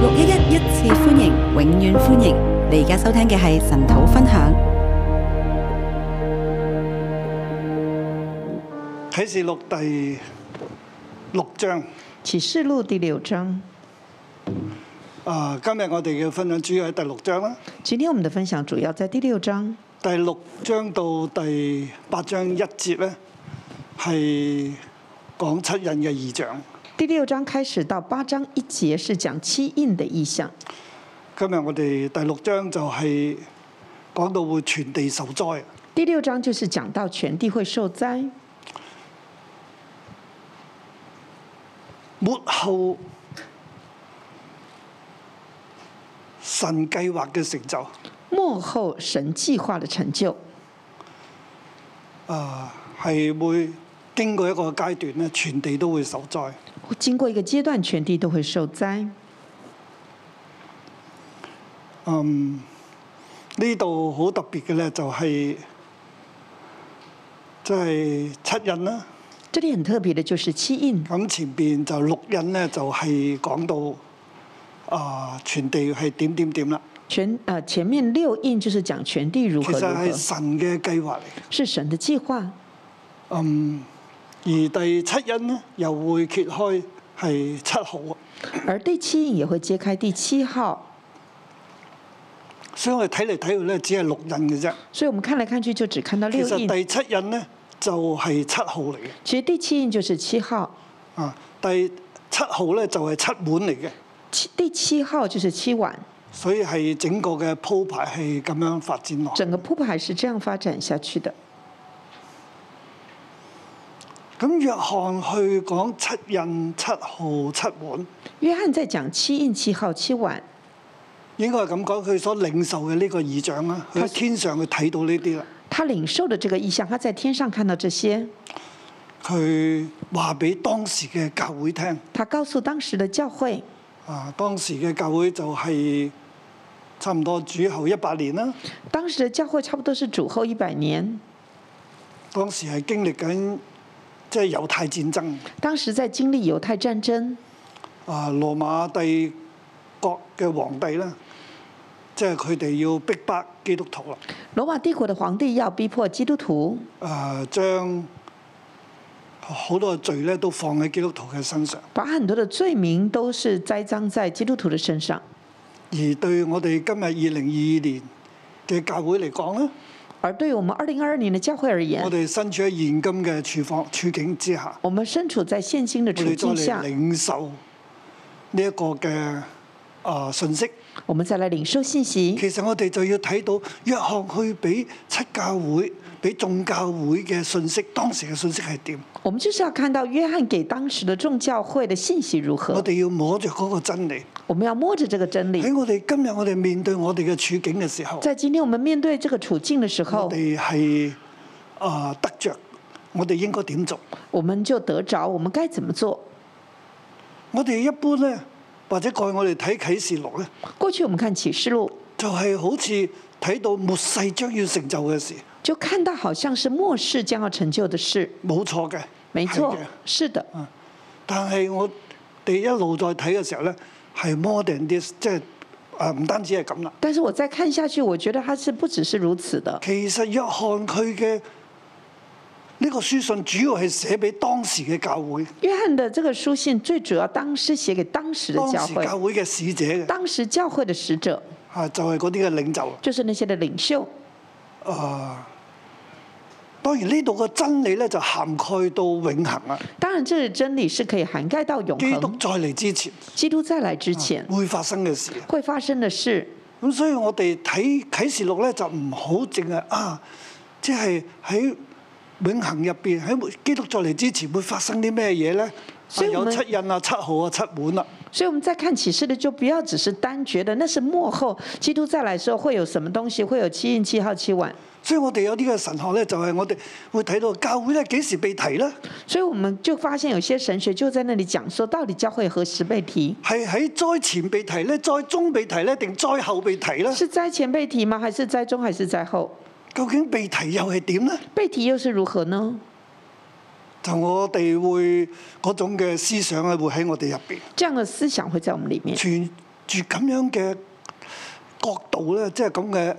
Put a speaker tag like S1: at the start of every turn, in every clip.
S1: 六一一一次歡迎，永遠歡迎！你而家收聽嘅係神土分享。
S2: 啟示錄第六章
S3: 啟示錄第六章，
S2: 啊，今日我哋嘅分享主要喺第六章啦，
S3: 今天我們的分享主要在第六章，
S2: 第六章到第八章一節咧係講七印嘅異象。
S3: 第六章開始到八章一節是講七印的意象。
S2: 今日我哋第六章就係講到會全地受災，
S3: 第六章就是講到全地會受災，
S2: 末後神計劃嘅成就。
S3: 末後神計劃的成就
S2: 啊，係會經過一個階段咧，全地都會受災。
S3: 經過一個階段，全地都會受災。
S2: 嗯，呢度好特別嘅咧，就係即係七印啦。
S3: 這裡很特別的就是七印，
S2: 咁前邊就六印咧，就係、講到啊、全地係點點點啦。
S3: 全呃前面六印就是講全地如
S2: 其
S3: 何
S2: 實
S3: 如何
S2: 係，神嘅計劃嚟嘅。
S3: 是神的計劃。
S2: 嗯，而第七印咧又會揭開係七號啊。
S3: 而第七印也會揭開第七號，
S2: 所以我哋睇嚟睇去咧，只係六印嘅啫。
S3: 所以我們看來看去就只看到
S2: 其
S3: 六
S2: 實
S3: 印。
S2: 第七印咧就係、七號嚟嘅。
S3: 其實第七印就是七號，
S2: 啊，第七號咧就係、七碗嚟嘅。
S3: 七第七號就是七碗，
S2: 所以係整個嘅鋪排係咁樣發展落去。
S3: 整個鋪排是這樣發展下去的。
S2: 咁約翰去講七印、七號、七碗，
S3: 約翰在講七印、七號、七碗，
S2: 應該係咁講，佢所領受嘅呢個異象啦，佢喺天上佢睇到呢啲啦，
S3: 他領受的這個意象，他在天上看到這些，
S2: 佢話俾當時嘅教會聽。
S3: 他告訴當時的教會，
S2: 啊，當時嘅教會就係差唔多主後一百年啦，
S3: 當時的教會差不多是主後一百年，
S2: 當時係經歷緊即係猶太戰爭，
S3: 當時在經歷猶太戰爭，
S2: 啊羅馬帝國嘅皇帝啦，即係佢哋要逼迫基督徒啦。
S3: 羅馬帝國的皇帝要逼迫基督徒，
S2: 誒將呃好多嘅罪咧都放喺基督徒嘅身上，
S3: 把很多的罪名都是栽贓在基督徒的身上。
S2: 而對我哋今日二零二二年嘅教會嚟講咧，
S3: 而對於我們二零二二年的教會而言
S2: 我，哋身處喺現今嘅處況處境之下，
S3: 我們身處在現今的
S2: 我
S3: 處境
S2: 哋再
S3: 下
S2: 嚟，領受呢一個嘅啊信息。
S3: 我們再來領受信息。
S2: 其實我哋就要睇到約翰去俾七教會、俾眾教會嘅信息，當時嘅信息係點？
S3: 我們就是要看到約翰給當時的眾教會的信息如何
S2: 我。哎哋要摸着嗰個真理。
S3: 我們要摸着這個真理。
S2: 喺我哋今日我哋面對我哋嘅處境嘅時候。
S3: 在今天我們面對這個處境的時
S2: 我
S3: 候，
S2: 哋係啊得着，我哋應該點做？
S3: 我們就得着我們該怎麼做。
S2: 我哋一般咧，或者過去我哋睇啟示錄咧，
S3: 過去我們看啟示錄，
S2: 就係、好似睇到末世將要成就嘅事，
S3: 就看到好像是末世將要成就的事。
S2: 冇錯嘅，
S3: 沒錯
S2: 係嘅。，
S3: 是的。
S2: 嗯但係我哋一路再睇嘅時候咧，係 more than this，即係啊唔單止係咁啦。
S3: 但是我再看下去，我覺得它是不只是如此的。
S2: 其實約翰佢嘅呢個書信主要係寫俾當時嘅教會，
S3: 約翰的這個書信最主要當時寫給當時的
S2: 當
S3: 教
S2: 時
S3: 會，
S2: 教會嘅使者嘅，
S3: 當時教會的使者
S2: 啊就係嗰啲嘅領袖。
S3: 就是那些的領袖。
S2: 啊，當然呢度嘅真理咧就涵蓋到永恆啦。
S3: 當然，這個真理是可以涵蓋到永
S2: 基督嗯
S3: 恆。
S2: 再嚟之前
S3: 基督再來之前
S2: 會發生嘅事，啊
S3: 會發生的事，
S2: 咁所以我哋睇啟示錄咧就唔好淨係啊，即係喺永恆入邊喺基督再嚟之前會發生啲咩嘢咧？啊
S3: 所以我
S2: 有
S3: 們
S2: 七印啊、七號啊、七碗啦、
S3: 所以我們在看啟示的，就不要只是單覺得那是幕後基督再來的時候會有什麼東西，會有七印、七號、七碗。
S2: 所以我哋有啲嘅神學咧，就係、我哋會睇到教會咧幾時被提咧，
S3: 所以我們就發現有些神學就在那裡講說，到底教會何時被提？
S2: 係喺災前被提咧、災中被提咧，定災後被提咧？
S3: 是災前被提嗎？還是災中？還是災後？
S2: 究竟被提又係點咧？
S3: 被提又是如何呢？
S2: 就我哋會嗰種嘅思想咧，會喺我哋入邊
S3: 嗯這樣的思想會在我們裡面，
S2: 全住咁樣嘅角度咧，即係咁嘅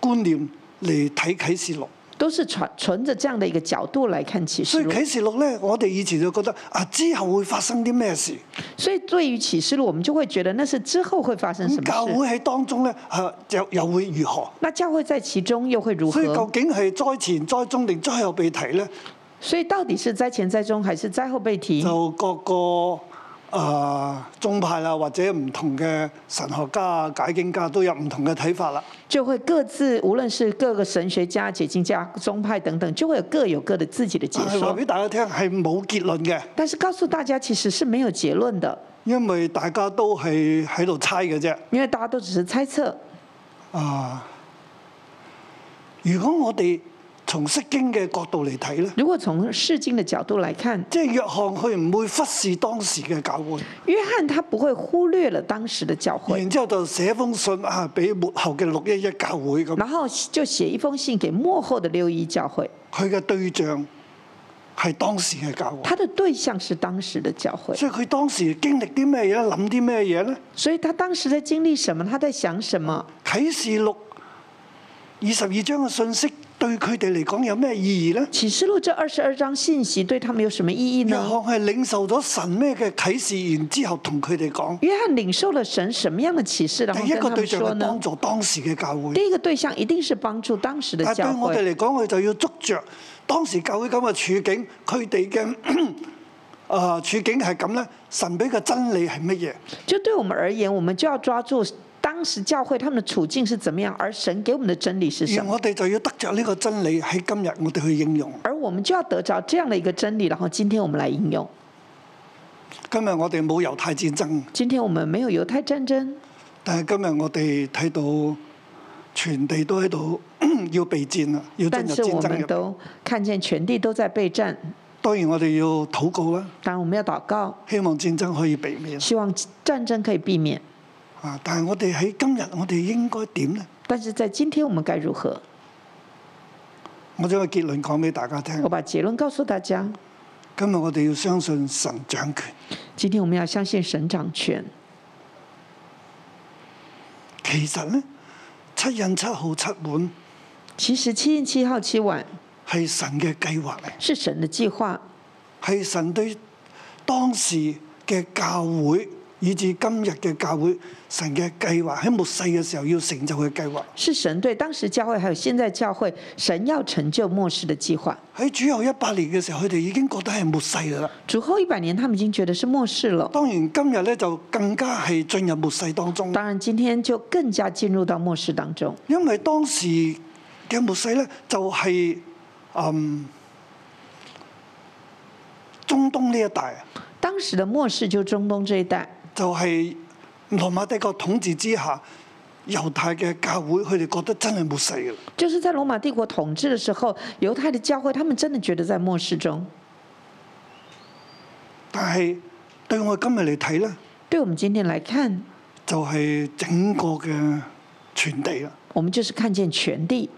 S2: 觀念嚟睇啟示錄。
S3: 都是存存着这样的一个角度来看启
S2: 所
S3: 示
S2: 以
S3: 录。
S2: 啟示錄咧，我哋以前就覺得啊，之後會發生啲咩事？
S3: 所以对于启示录，我们就会觉得那是之后会发生嗯什
S2: 咁教
S3: 么事。
S2: 會喺當中咧，啊又又會如何？
S3: 那教会在其中又会如
S2: 所以究
S3: 何？
S2: 竟係災前、災中定災後被提咧，
S3: 所以到底是灾前灾中还是灾后被提？
S2: 就各個啊宗派啦，或者唔同嘅神學家啊、解經家都有唔同嘅睇法啦。
S3: 就会各自，无论是各个神学家、解经家、宗派等等，就会有各有各的自己的解
S2: 啊但係話
S3: 说
S2: 俾。大家聽係冇結論嘅，
S3: 但是告诉大家，其实是没有结论的，
S2: 因為大家都係喺度猜嘅啫。
S3: 因为大家都只是猜测。
S2: 啊，如果我哋從釋經嘅角度嚟睇咧，
S3: 如果從释经的角度來看，
S2: 即係約翰佢唔會忽視當時嘅教會，
S3: 約翰他不會忽略了當時的教會，
S2: 然之後就寫封信啊，俾末後嘅六一一教會咁。
S3: 然後就寫一封信給幕後的六一教會，
S2: 佢嘅對象係當時嘅教會，
S3: 他的對象是當時的教會，
S2: 所以佢當時經歷啲咩嘢咧？諗啲咩嘢咧？
S3: 所以他當時在經歷什麼，他在想什麼。
S2: 啟示錄二十二章嘅信息對佢哋嚟講有咩意義咧？
S3: 啟示錄這二十二章信息對他們有什麼意義
S2: 約
S3: 呢？
S2: 翰係領受咗神咩嘅啟示，然之後同佢哋講。
S3: 約翰領受了神什麼樣的啟示，然後
S2: 第一
S3: 跟
S2: 個
S3: 他
S2: 對
S3: 們
S2: 象
S3: 說
S2: 係幫
S3: 呢？
S2: 助當時嘅教會。
S3: 第一個對象一定是幫助當時的
S2: 但對
S3: 教
S2: 啊我
S3: 會，
S2: 哋嚟講，佢就要捉着當時教會咁嘅處境，佢哋嘅啊處境係咁咧，神俾嘅真理係乜嘢？
S3: 就對我們而言，我們就要抓住當時教會他們的處境是怎麼樣，而神給我們的真理是什
S2: 而
S3: 麼。
S2: 我哋就要得着呢個真理喺今日我哋去應用。
S3: 而我们就要得着这样的一个真理，然后今天我们来应用。
S2: 今日我哋冇猶太戰爭，
S3: 今天我们没有犹太战争，
S2: 但係今日我哋睇到全地都喺度 要備戰啦，要進
S3: 但
S2: 入
S3: 是我
S2: 戰爭
S3: 们
S2: 入。
S3: 都看见全地都在备战。
S2: 當然我哋要禱告啦，
S3: 当然，我们要祷告，
S2: 希望戰爭可以避免。
S3: 希望战争可以避免。
S2: 啊！但係我哋喺今日我哋應該點呢？
S3: 但是在今天我們該如何？
S2: 我將個結論講俾大家聽
S3: 我。把结论告诉大家：
S2: 今日我哋要相信神掌權，
S3: 今天我们要相信神掌权。
S2: 其實呢，七印七號七碗
S3: 其实七月七号七晚
S2: 係神嘅計劃嚟，
S3: 是神的计划，
S2: 係神對當時嘅教會，以至今日嘅教會，神嘅計劃喺末世嘅時候要成就嘅計劃。
S3: 是神对当时教会还有现在教会，神要成就末世的计划。
S2: 喺主後一百年嘅時候，佢哋已經覺得係末世㗎啦。
S3: 主后一百年，他们已经觉得是末世了。
S2: 當然今日咧就更加係進入末世當中，
S3: 当然，今天就更加进入到末世当中。
S2: 因為當時嘅末世咧就係、嗯中東呢一帶。
S3: 当时的末世就中东这一带，
S2: 就係羅馬帝國統治之下，猶太嘅教會佢哋覺得真係冇世嘅啦。
S3: 就是在罗马帝国统治的时候，犹太的教会他们真的觉得在末世中。
S2: 但係對我今日嚟睇咧，
S3: 对我们今天来看，
S2: 就係、整個嘅全地啦，
S3: 我们就是看见全地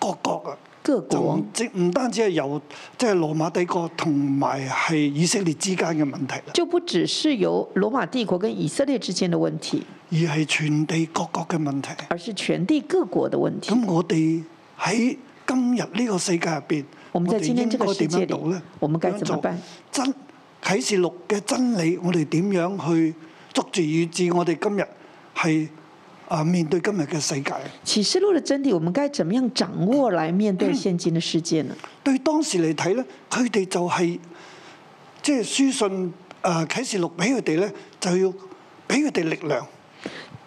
S2: 各國啊，
S3: 各
S2: 就
S3: 国
S2: 唔，即唔單止係由即係羅馬帝國同埋係以色列之間嘅問題啦，
S3: 就不只是由罗马帝国跟以色列之间的问题，
S2: 而係全地各國嘅問題。
S3: 而是全地各国的问题。
S2: 咁我哋喺今日呢個世界入邊，
S3: 我
S2: 我
S3: 們在
S2: 哋
S3: 今
S2: 應
S3: 天這個
S2: 該
S3: 世
S2: 點
S3: 界
S2: 樣
S3: 裏
S2: 做咧？
S3: 我們該
S2: 點樣
S3: 怎麼
S2: 做
S3: 辦？
S2: 真啟示錄嘅真理，我哋點樣去捉住，以至我哋今日係啊面對今日嘅世界？
S3: 启示录的真理，我们该怎么样掌握来面对现今的世界 呢？
S2: 對當時嚟睇咧，佢哋就係即係書信啊啟示錄俾佢哋咧，就要俾佢哋力量，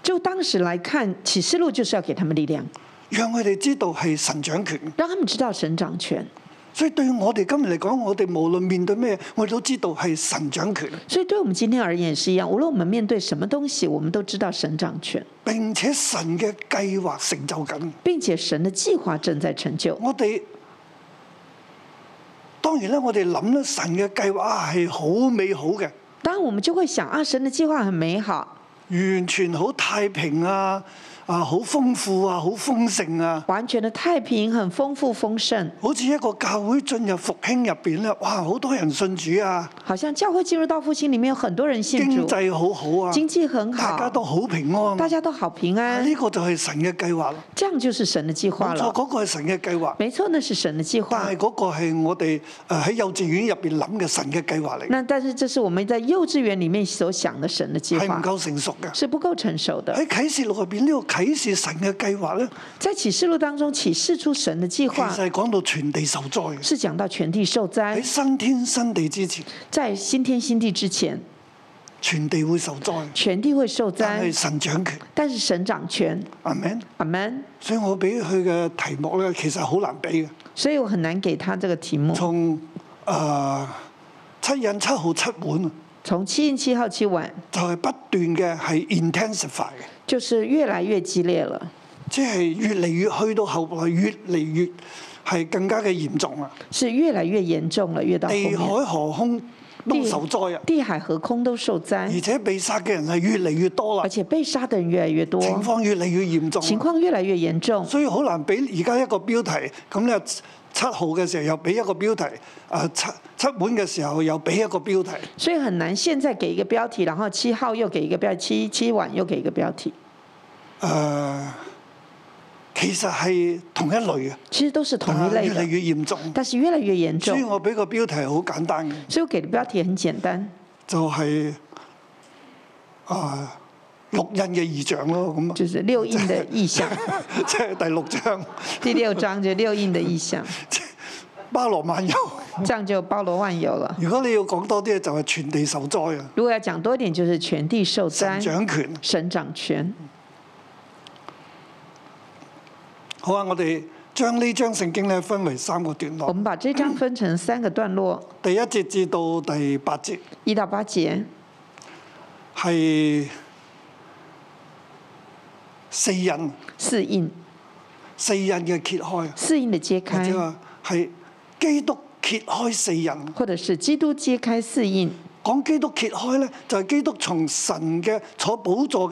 S3: 就当时来看，启示录就是要给他们力量，
S2: 讓佢哋知道係神掌權。
S3: 让他们知道神掌权。
S2: 所以對我哋今日嚟講，我哋無論面對咩，我哋都知道係神掌權。
S3: 所以对我们今天而言也是一样，无论我们面对什么东西，我们都知道神掌权，
S2: 並且神嘅計劃成就緊。
S3: 并且神的计划正在成就。
S2: 我哋當然咧，我哋諗咧，神嘅計劃係好美好嘅，
S3: 当然，我们就会想啊，神的计划很美好，
S2: 完全好太平啊，啊好豐富啊，好豐盛啊，
S3: 完全的太平，很豐富豐盛，
S2: 好似一個教會進入復興入邊咧，哇！好多人信主啊，
S3: 好像教會進入到復興裡面，有很多人信
S2: 經
S3: 主，
S2: 濟好好啊，
S3: 經濟很好，
S2: 大家都好平安。
S3: 大家都好平
S2: 啊
S3: 安
S2: 呢，個就係神嘅計劃啦。
S3: 這樣就是神的計劃
S2: 冇錯，
S3: 了。
S2: 嗰個係神嘅計劃，
S3: 沒錯，那是神的計
S2: 但
S3: 劃
S2: 係。嗰個係我哋誒喺幼稚園入邊諗嘅神嘅計劃嚟，
S3: 那但是這是我們在幼稚園裡面所想的神的計
S2: 係唔
S3: 劃，
S2: 夠成熟嘅。
S3: 是不夠成熟的。
S2: 喺啟示錄入邊呢個啟示神嘅計劃咧，
S3: 在啟示錄當中啟示出神的計
S2: 其實
S3: 劃，
S2: 係講到全地受災嘅。
S3: 是講到全地受
S2: 喺
S3: 災，
S2: 新天新地之前，
S3: 在新天新地之前，
S2: 全地會受災，
S3: 全地會受
S2: 但係
S3: 災，
S2: 神掌權，
S3: 但是神掌權。
S2: 阿明。
S3: 阿門。
S2: 所以我俾佢嘅題目咧，其實好難俾嘅。
S3: 所以我很難給他這個題目。
S2: 從誒、呃七印七號七碗啊，
S3: 從七月七號七晚，
S2: 就係、不斷嘅係 intensify 嘅，
S3: 就是越來越激烈了，
S2: 即係越嚟越去到後來越嚟越係更加嘅嚴重啊！
S3: 是越來越嚴重了，越到後
S2: 地海
S3: 面，
S2: 河空都受災啊，
S3: 地海和空都受
S2: 而
S3: 災，
S2: 且被殺嘅人係越嚟越多
S3: 而
S2: 啦，
S3: 且被殺的人越來越多，
S2: 情況越嚟越嚴重啊。
S3: 情況越來越嚴重。
S2: 所以好難俾而家一個標題，咁咧七號嘅時候又俾一個標題，誒、啊七七碗嘅時候又俾一個標題，
S3: 所以很難現在給一個標題，然後七號又給一個標題，七七晚又給一個標題，
S2: 誒、啊其實係同一類嘅，
S3: 其實都是同
S2: 但係越
S3: 一類
S2: 嚟
S3: 的，
S2: 越嚴重。
S3: 但是越來越嚴
S2: 所以
S3: 重。
S2: 我俾個標題好簡單嘅，
S3: 所以我給的標題很簡單，
S2: 就係、啊六印嘅異象咯， 咁啊
S3: 就是六印的 意象。
S2: 即係第六章
S3: 第六章就六印的意象，
S2: 包羅萬有。
S3: 這樣就包羅萬有了。
S2: 如果你要講多啲，就係全地受災啊，
S3: 如果要講多一點，就是全地受
S2: 神
S3: 災，
S2: 掌權。
S3: 神掌權。
S2: 好啊，我哋將呢章聖經咧分為三個段
S3: 我
S2: 落，
S3: 們把這章分成三個段落，
S2: 第一節至到第八節
S3: 一到八節
S2: 係四印，
S3: 四印，
S2: 四印嘅揭開。
S3: 四印的揭
S2: 或者
S3: 開，
S2: 話係基督揭開四人。
S3: 或者是基督揭開四印。
S2: 講基督揭開咧，就係、基督從神嘅坐寶座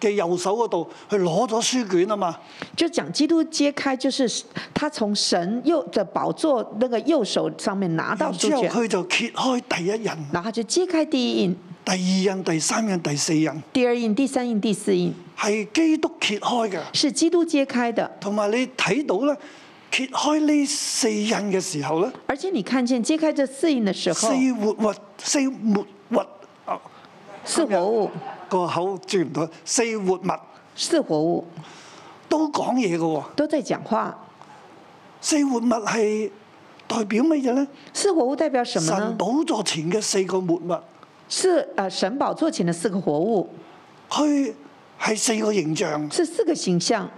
S2: 嘅右手嗰度去攞咗書卷啊嘛。
S3: 就講基督揭開，就是他從神右的寶座那個右手上面拿啊到
S2: 然
S3: 書
S2: 之後
S3: 卷，
S2: 佢就揭開第一人、
S3: 然後他就揭開第一印、
S2: 第二人、第三人、第四人，
S3: 第二印、第三印、第四印，
S2: 係基督揭開嘅。
S3: 是基督揭開的。
S2: 同埋你睇到咧，揭開呢四印嘅時候咧，
S3: 而且你看見揭開這四印的時候
S2: 四，活物、四活物、啊
S3: 四活物，
S2: 個口轉唔到，四活物
S3: 四活物
S2: 都講嘢嘅喎。
S3: 都在講話。
S2: 四活物係代表乜嘢咧？
S3: 四活物代表什麼
S2: 神
S3: 呢？
S2: 寶座前嘅四個活物，
S3: 是呃神寶座前的四個活物，
S2: 佢係四個形象：
S3: 是四個形象：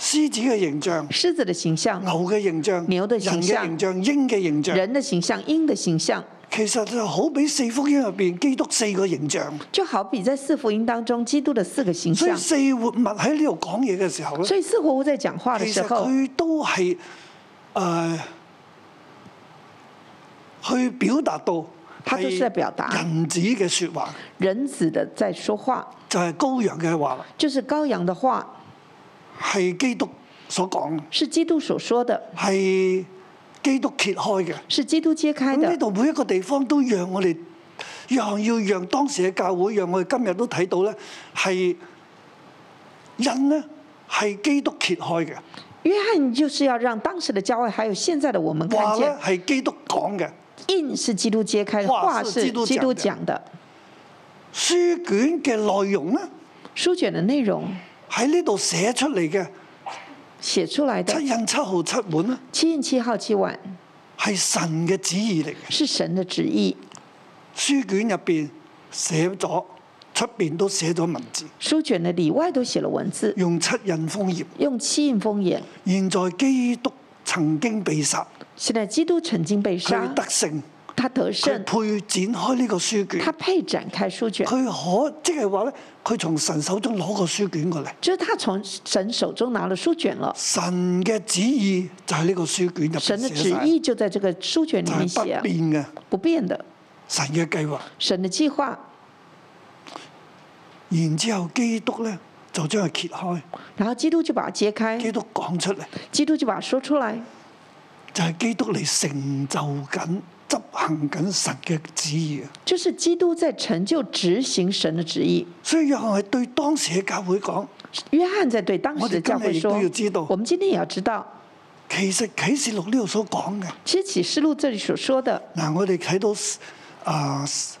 S2: 獅子嘅形象、
S3: 獅子的形象、
S2: 牛嘅形象、
S3: 牛的形象
S2: 人嘅形象、鷹嘅形象。
S3: 人的形象、鷹的形象，
S2: 其實就好比四福音入邊基督四個形象，
S3: 就好比在四福音當中基督的四個形
S2: 所以
S3: 象。
S2: 四活物喺呢度講嘢嘅時候咧，
S3: 所以四活物在講話的
S2: 其
S3: 時
S2: 實
S3: 候，
S2: 佢都係誒、呃去表達到
S3: 他都是在表達
S2: 人子嘅説話，
S3: 人子的在說話，
S2: 就係、羔羊嘅話啦，
S3: 就是羔羊的話，
S2: 係基督所講嘅，
S3: 是基督所說的，
S2: 係基督揭開嘅。
S3: 是基督揭開
S2: 咁呢
S3: 的。
S2: 度每一個地方都讓我哋，讓要讓當時嘅教會，讓我哋今日都睇到咧，係人咧係基督揭開嘅，
S3: 約翰就是要讓當時的教會，還有現在的我們
S2: 話
S3: 看
S2: 咧
S3: 見，
S2: 係基督講嘅，
S3: 印是基督揭開的，
S2: 話
S3: 話
S2: 是
S3: 是
S2: 基督
S3: 基督
S2: 講的
S3: 講的。
S2: 書卷嘅內容咧
S3: 書卷的內容
S2: 喺呢度寫出嚟嘅
S3: 寫出來的
S2: 七印七號七碗咧
S3: 七印七號七晚
S2: 係神嘅旨意嚟嘅，
S3: 是神的旨意，
S2: 書卷入邊寫咗，出邊都寫咗文字，
S3: 書卷的裡外都寫了文字，
S2: 用七印封頁。
S3: 用七印封眼。
S2: 現在基督曾經被殺，
S3: 現在基督曾經被殺
S2: 佢得，勝。
S3: 他得
S2: 佢
S3: 勝，
S2: 配展開呢個書
S3: 他
S2: 卷，
S3: 配展開書卷，
S2: 佢可即係話咧，佢從神手中攞個書卷過嚟。
S3: 就是他從神手中拿了書卷了。
S2: 神嘅旨意就喺呢個書卷入
S3: 神的
S2: 邊
S3: 旨
S2: 寫晒，
S3: 意就在這個書卷
S2: 就
S3: 裡面
S2: 係不
S3: 寫，
S2: 變嘅
S3: 不變的
S2: 神嘅計劃。
S3: 神的計劃。
S2: 然之後基督咧就就將佢揭開，
S3: 然后基督就把它揭开，
S2: 基督講出嚟，
S3: 基督就把它说出来，
S2: 就係、基督嚟成就緊、執行緊神嘅旨意啊！
S3: 就是基督在成就执行神的旨意。
S2: 所以約翰係對當時嘅教會講，
S3: 约翰在对当时的教会说
S2: 我哋今日亦都要知道：“
S3: 我们今天也要知道，
S2: 其實啟示錄呢度所講嘅，
S3: 其实启示录这里所说的，
S2: 嗱我哋睇到啊、四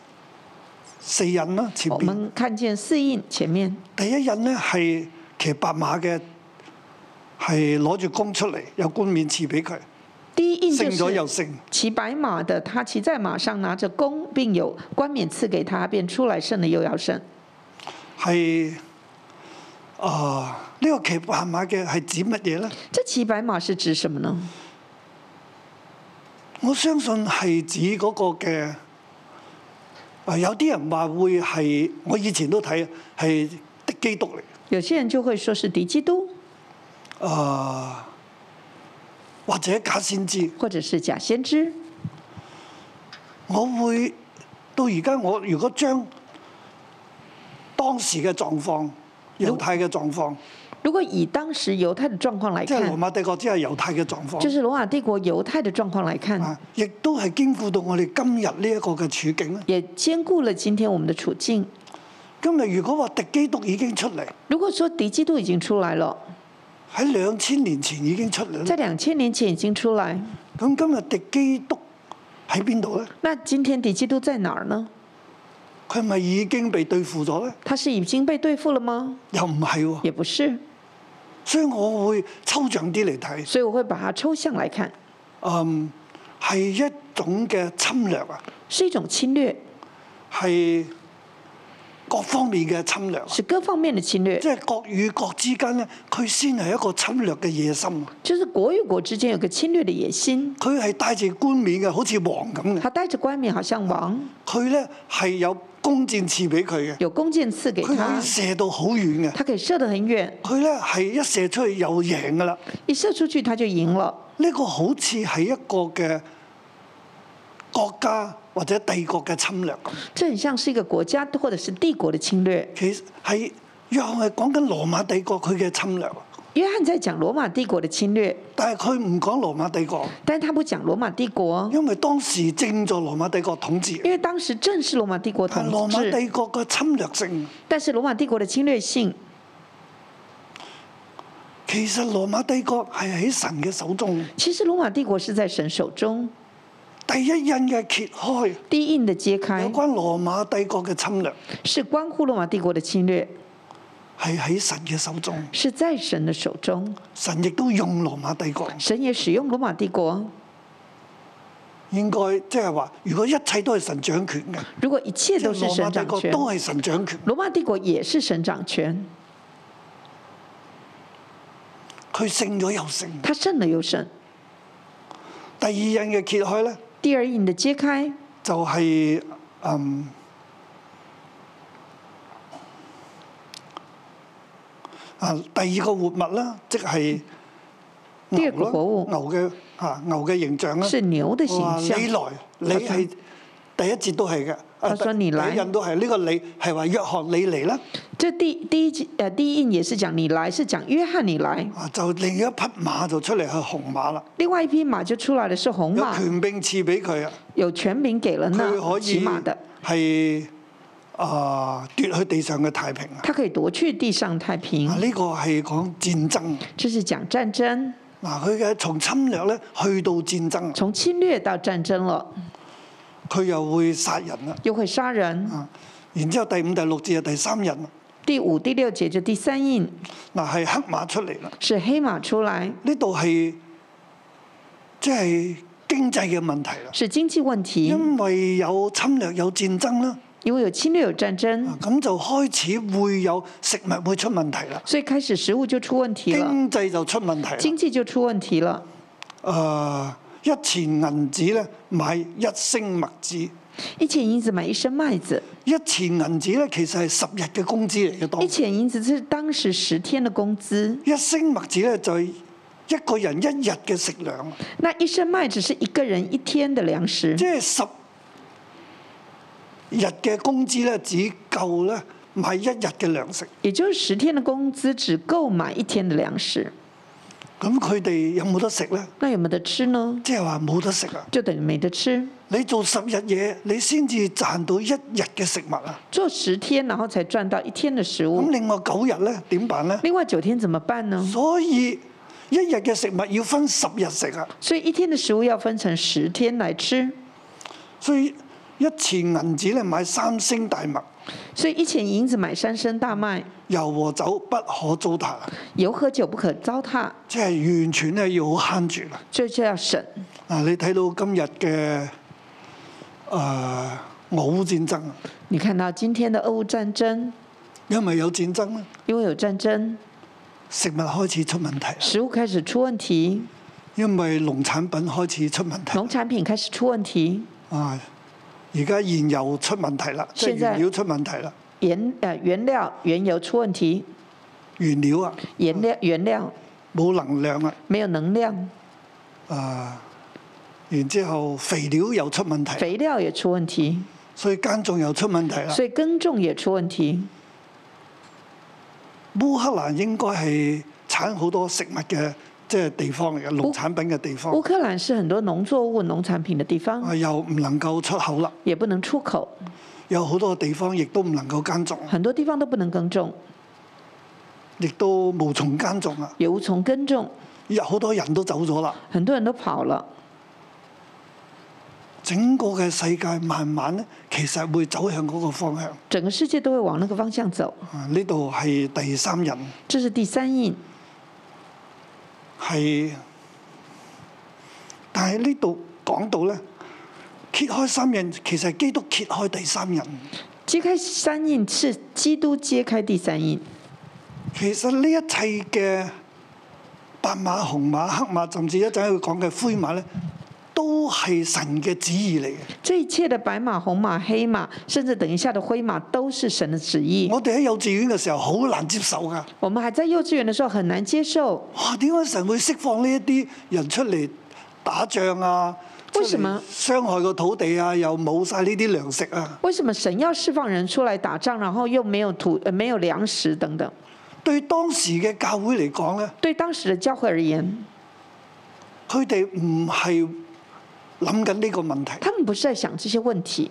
S2: 四印啦，前
S3: 我
S2: 邊
S3: 们看见四印前面
S2: 第一印咧係騎白馬嘅，係攞住弓出嚟，有冠冕賜俾佢，
S3: 第一印就
S2: 勝咗又
S3: 是
S2: 勝。
S3: 骑白马的，他骑在马上，拿着弓，并有冠冕赐给他，便出来胜了又要胜。
S2: 係啊，呢、個騎白馬嘅係指乜嘢咧？
S3: 这骑白马是指什么呢？
S2: 我相信係指嗰個嘅。啊！有啲人話會係我以前都睇係的基督嚟，
S3: 有些人就会说是敌基督，
S2: 啊、或者假先知，
S3: 或者是假先知。
S2: 我會到而家我如果將當時嘅狀況、猶太嘅狀況，
S3: 如果以当时猶太的狀況來
S2: 即係羅
S3: 看，
S2: 馬帝國之下猶太嘅狀
S3: 就
S2: 況，
S3: 是羅馬帝國猶太的狀況來看，
S2: 啊，亦都係兼顧到我哋今日呢一個嘅處境咧。
S3: 也兼顧了今天我們的處境。
S2: 今日如果話敵基督已經出嚟，
S3: 如果說敵基督已經出來了，
S2: 喺兩千年前已經出嚟
S3: 在
S2: 啦，
S3: 兩千年前已經出來，
S2: 咁今日敵基督喺邊度咧？
S3: 那今天敵基督在哪兒呢？
S2: 佢咪已經被對付咗咧？
S3: 他是已經被對付了嗎？
S2: 又唔係喎，
S3: 也不是，
S2: 所以我會抽象啲嚟睇。
S3: 所以我會把它抽象來看，
S2: 嗯，係一種嘅侵略啊，
S3: 是一種侵略，
S2: 係各方面嘅侵略啊，
S3: 是各方面的侵略
S2: 即，係國與國之間咧，佢先係一個侵略嘅野心啊。
S3: 就是國與國之間有個侵略的野心。
S2: 佢係帶住冠冕嘅，好似王咁嘅。
S3: 他戴着冠冕，好像王，
S2: 佢咧係有弓箭刺俾佢嘅，
S3: 有弓箭刺給
S2: 佢可
S3: 他
S2: 以，射到好遠嘅。
S3: 他可以射得很遠，
S2: 佢咧係一射出去又贏噶啦。
S3: 一射出去他就贏了。
S2: 呢、個好似係一個嘅國家或者帝國嘅侵略咁。
S3: 这很像是一个国家或者是帝国的侵略。
S2: 其實係約翰係講緊羅馬帝國佢嘅侵略。
S3: 约翰在讲罗馬帝國的侵略，
S2: 但係佢唔講羅馬帝國，
S3: 但他不讲羅馬帝國，
S2: 因為當時正在羅馬帝國統治。
S3: 因为当時正是羅馬帝國
S2: 但係羅
S3: 統
S2: 馬
S3: 治。
S2: 帝國嘅侵略性，
S3: 但是羅馬帝國的侵略性，
S2: 其實羅馬帝國係喺神嘅手中。
S3: 其實羅馬帝國是在神手中。
S2: 第一印嘅揭開，
S3: 第一印的揭
S2: 有
S3: 開
S2: 關羅馬帝國嘅侵略
S3: 是關乎羅馬帝國的侵略，
S2: 係喺神嘅手中，
S3: 是在神的手中。
S2: 神亦都用羅馬帝國。
S3: 神也使用羅馬帝哦國。
S2: 應該即係話，如果一切都係神掌權嘅，
S3: 如果一
S2: 即
S3: 切
S2: 係
S3: 都是
S2: 羅馬
S3: 神
S2: 帝
S3: 掌
S2: 國
S3: 權，
S2: 都係神掌權，
S3: 羅馬帝國也是神掌權，
S2: 佢勝咗又勝。
S3: 他勝了又勝。
S2: 第二印嘅揭開咧，
S3: 第二印的揭開
S2: 就係、嗯啊第二個活物啦，即係
S3: 第二
S2: 牛
S3: 個
S2: 啦，
S3: 活物
S2: 牛嘅啊牛嘅形象啦。
S3: 是牛的形
S2: 我話
S3: 象
S2: 你。來，你係第一節都係嘅。啊
S3: 他說
S2: 第
S3: 你來
S2: 第一印都係呢、個你係話約翰你嚟啦，
S3: 这第第一集呃第一印也是讲你来，是讲约翰你来。
S2: 啊就另一匹馬就出嚟係紅馬啦，
S3: 另外一匹马就出来的是红
S2: 有
S3: 马，
S2: 權柄賜俾佢啊，
S3: 有权柄给了
S2: 佢可
S3: 那骑
S2: 以
S3: 马的，
S2: 係啊奪去地上嘅太平啊！
S3: 他可以夺去地上太
S2: 啊
S3: 平。
S2: 呢個係講戰爭。
S3: 这是讲战争，
S2: 嗱，佢嘅從侵略咧去到戰爭，
S3: 从侵略到战争了，
S2: 佢又會殺人啦。
S3: 又会殺人。
S2: 啊，然之後第五、第六節係第三人啦，
S3: 第五、第六节就第三印
S2: 嗱係黑馬出嚟啦。
S3: 是黑马出来，
S2: 呢度係即係經濟嘅問題啦，
S3: 是经济问题，
S2: 因為有侵略有戰爭啦，
S3: 因为有侵略有战
S2: 啊
S3: 争，
S2: 咁就開始會有食物會出問題啦，
S3: 所以开始食物就出问题了，
S2: 經濟就出問題啦。
S3: 经济就出问题了。
S2: 誒、一錢銀紙咧買一升麥子，
S3: 一钱银子买一升麦子，
S2: 一錢銀紙咧其實係十日嘅工資嚟嘅當
S3: 一。钱银子是当时十天的工资。
S2: 一升麥子咧就係一個人一日嘅食糧，
S3: 那一升麦只是一个人一天的粮食
S2: 即，係十日嘅工資咧只夠咧買一日嘅糧食。
S3: 也就是十天的工资只够买一天的粮食。
S2: 咁佢哋有冇得食咧？
S3: 那有没有得吃呢？
S2: 即係話冇得食啊！
S3: 就等于没得吃。
S2: 你做十日嘢，你先至賺到一日嘅食物啊！
S3: 做十天，然后才赚到一天的食
S2: 咁
S3: 物。
S2: 另外九日咧點辦咧？
S3: 另外九天怎么办呢？
S2: 所以一日嘅食物要分十日食啊！
S3: 所以一天的食物要分成十天来吃。
S2: 所以一錢銀紙咧買三升大麥，
S3: 所以一钱银子买三升大麦，
S2: 油和酒不可糟蹋，啊
S3: 油和酒不可糟蹋，
S2: 即係完全咧要好慳住啦。
S3: 所以就要省。
S2: 嗱，你睇到今日嘅誒俄烏戰爭啊，
S3: 你看到今天的俄乌战争，
S2: 因為有戰爭咧，
S3: 因为有战争，
S2: 食物開始出問題啦，
S3: 食物开始出问题，
S2: 因為農產品開始出問題
S3: 农产品开始出问题，
S2: 啊。而家燃油出問題啦，即係
S3: 現在
S2: 原料出問題啦，
S3: 原呃原料原油出问题，
S2: 原料啊
S3: 原料原料
S2: 冇能量啊，
S3: 没有能量，
S2: 啊，然之後肥料又出問題，
S3: 肥料也出问题，
S2: 所以耕種又出問題啦。
S3: 所以耕种也出问题。
S2: 烏克蘭應該係產好多食物嘅即係地方嚟嘅，農產品嘅地方
S3: 乌，克兰是很多农作物、农产品的地
S2: 啊
S3: 方，
S2: 又唔能夠出口啦。
S3: 也不能出口，
S2: 有好多地方亦都唔能夠耕種，
S3: 很多地方都不能耕种，
S2: 亦都無從耕種啊！
S3: 也无从耕种，
S2: 有好多人都走咗啦，
S3: 很多人都跑了。
S2: 整個嘅世界慢慢咧，其實會走向嗰個方向。
S3: 整个世界都会往那个方向走。
S2: 啊呢度係第三人，
S3: 这是第三印，
S2: 係，但係呢度講到咧，揭開三人其實係基督揭開第三人。
S3: 揭开三印是基督揭开第三印。
S2: 其實呢一切嘅白馬、紅馬、黑馬，甚至一陣佢講嘅灰馬咧，都係神嘅旨意嚟嘅。
S3: 这一切的白马、红马、黑马，甚至等一下的灰马，都是神的旨意。
S2: 我哋喺幼稚園嘅時候好難接受㗎。
S3: 我们还在幼稚园的时候很难接受，
S2: 哇！點解神會釋放呢一啲人出嚟打仗啊？出
S3: 為什麼
S2: 嚟傷害個土地啊？又冇晒呢啲糧食啊？
S3: 为什么神要释放人出来打仗，然后又没有土、呃、没有粮食等等？
S2: 對當時嘅教會嚟講咧，
S3: 对当时的教会而言，
S2: 佢哋唔係諗緊呢個問題，
S3: 他们不是在想这些问题，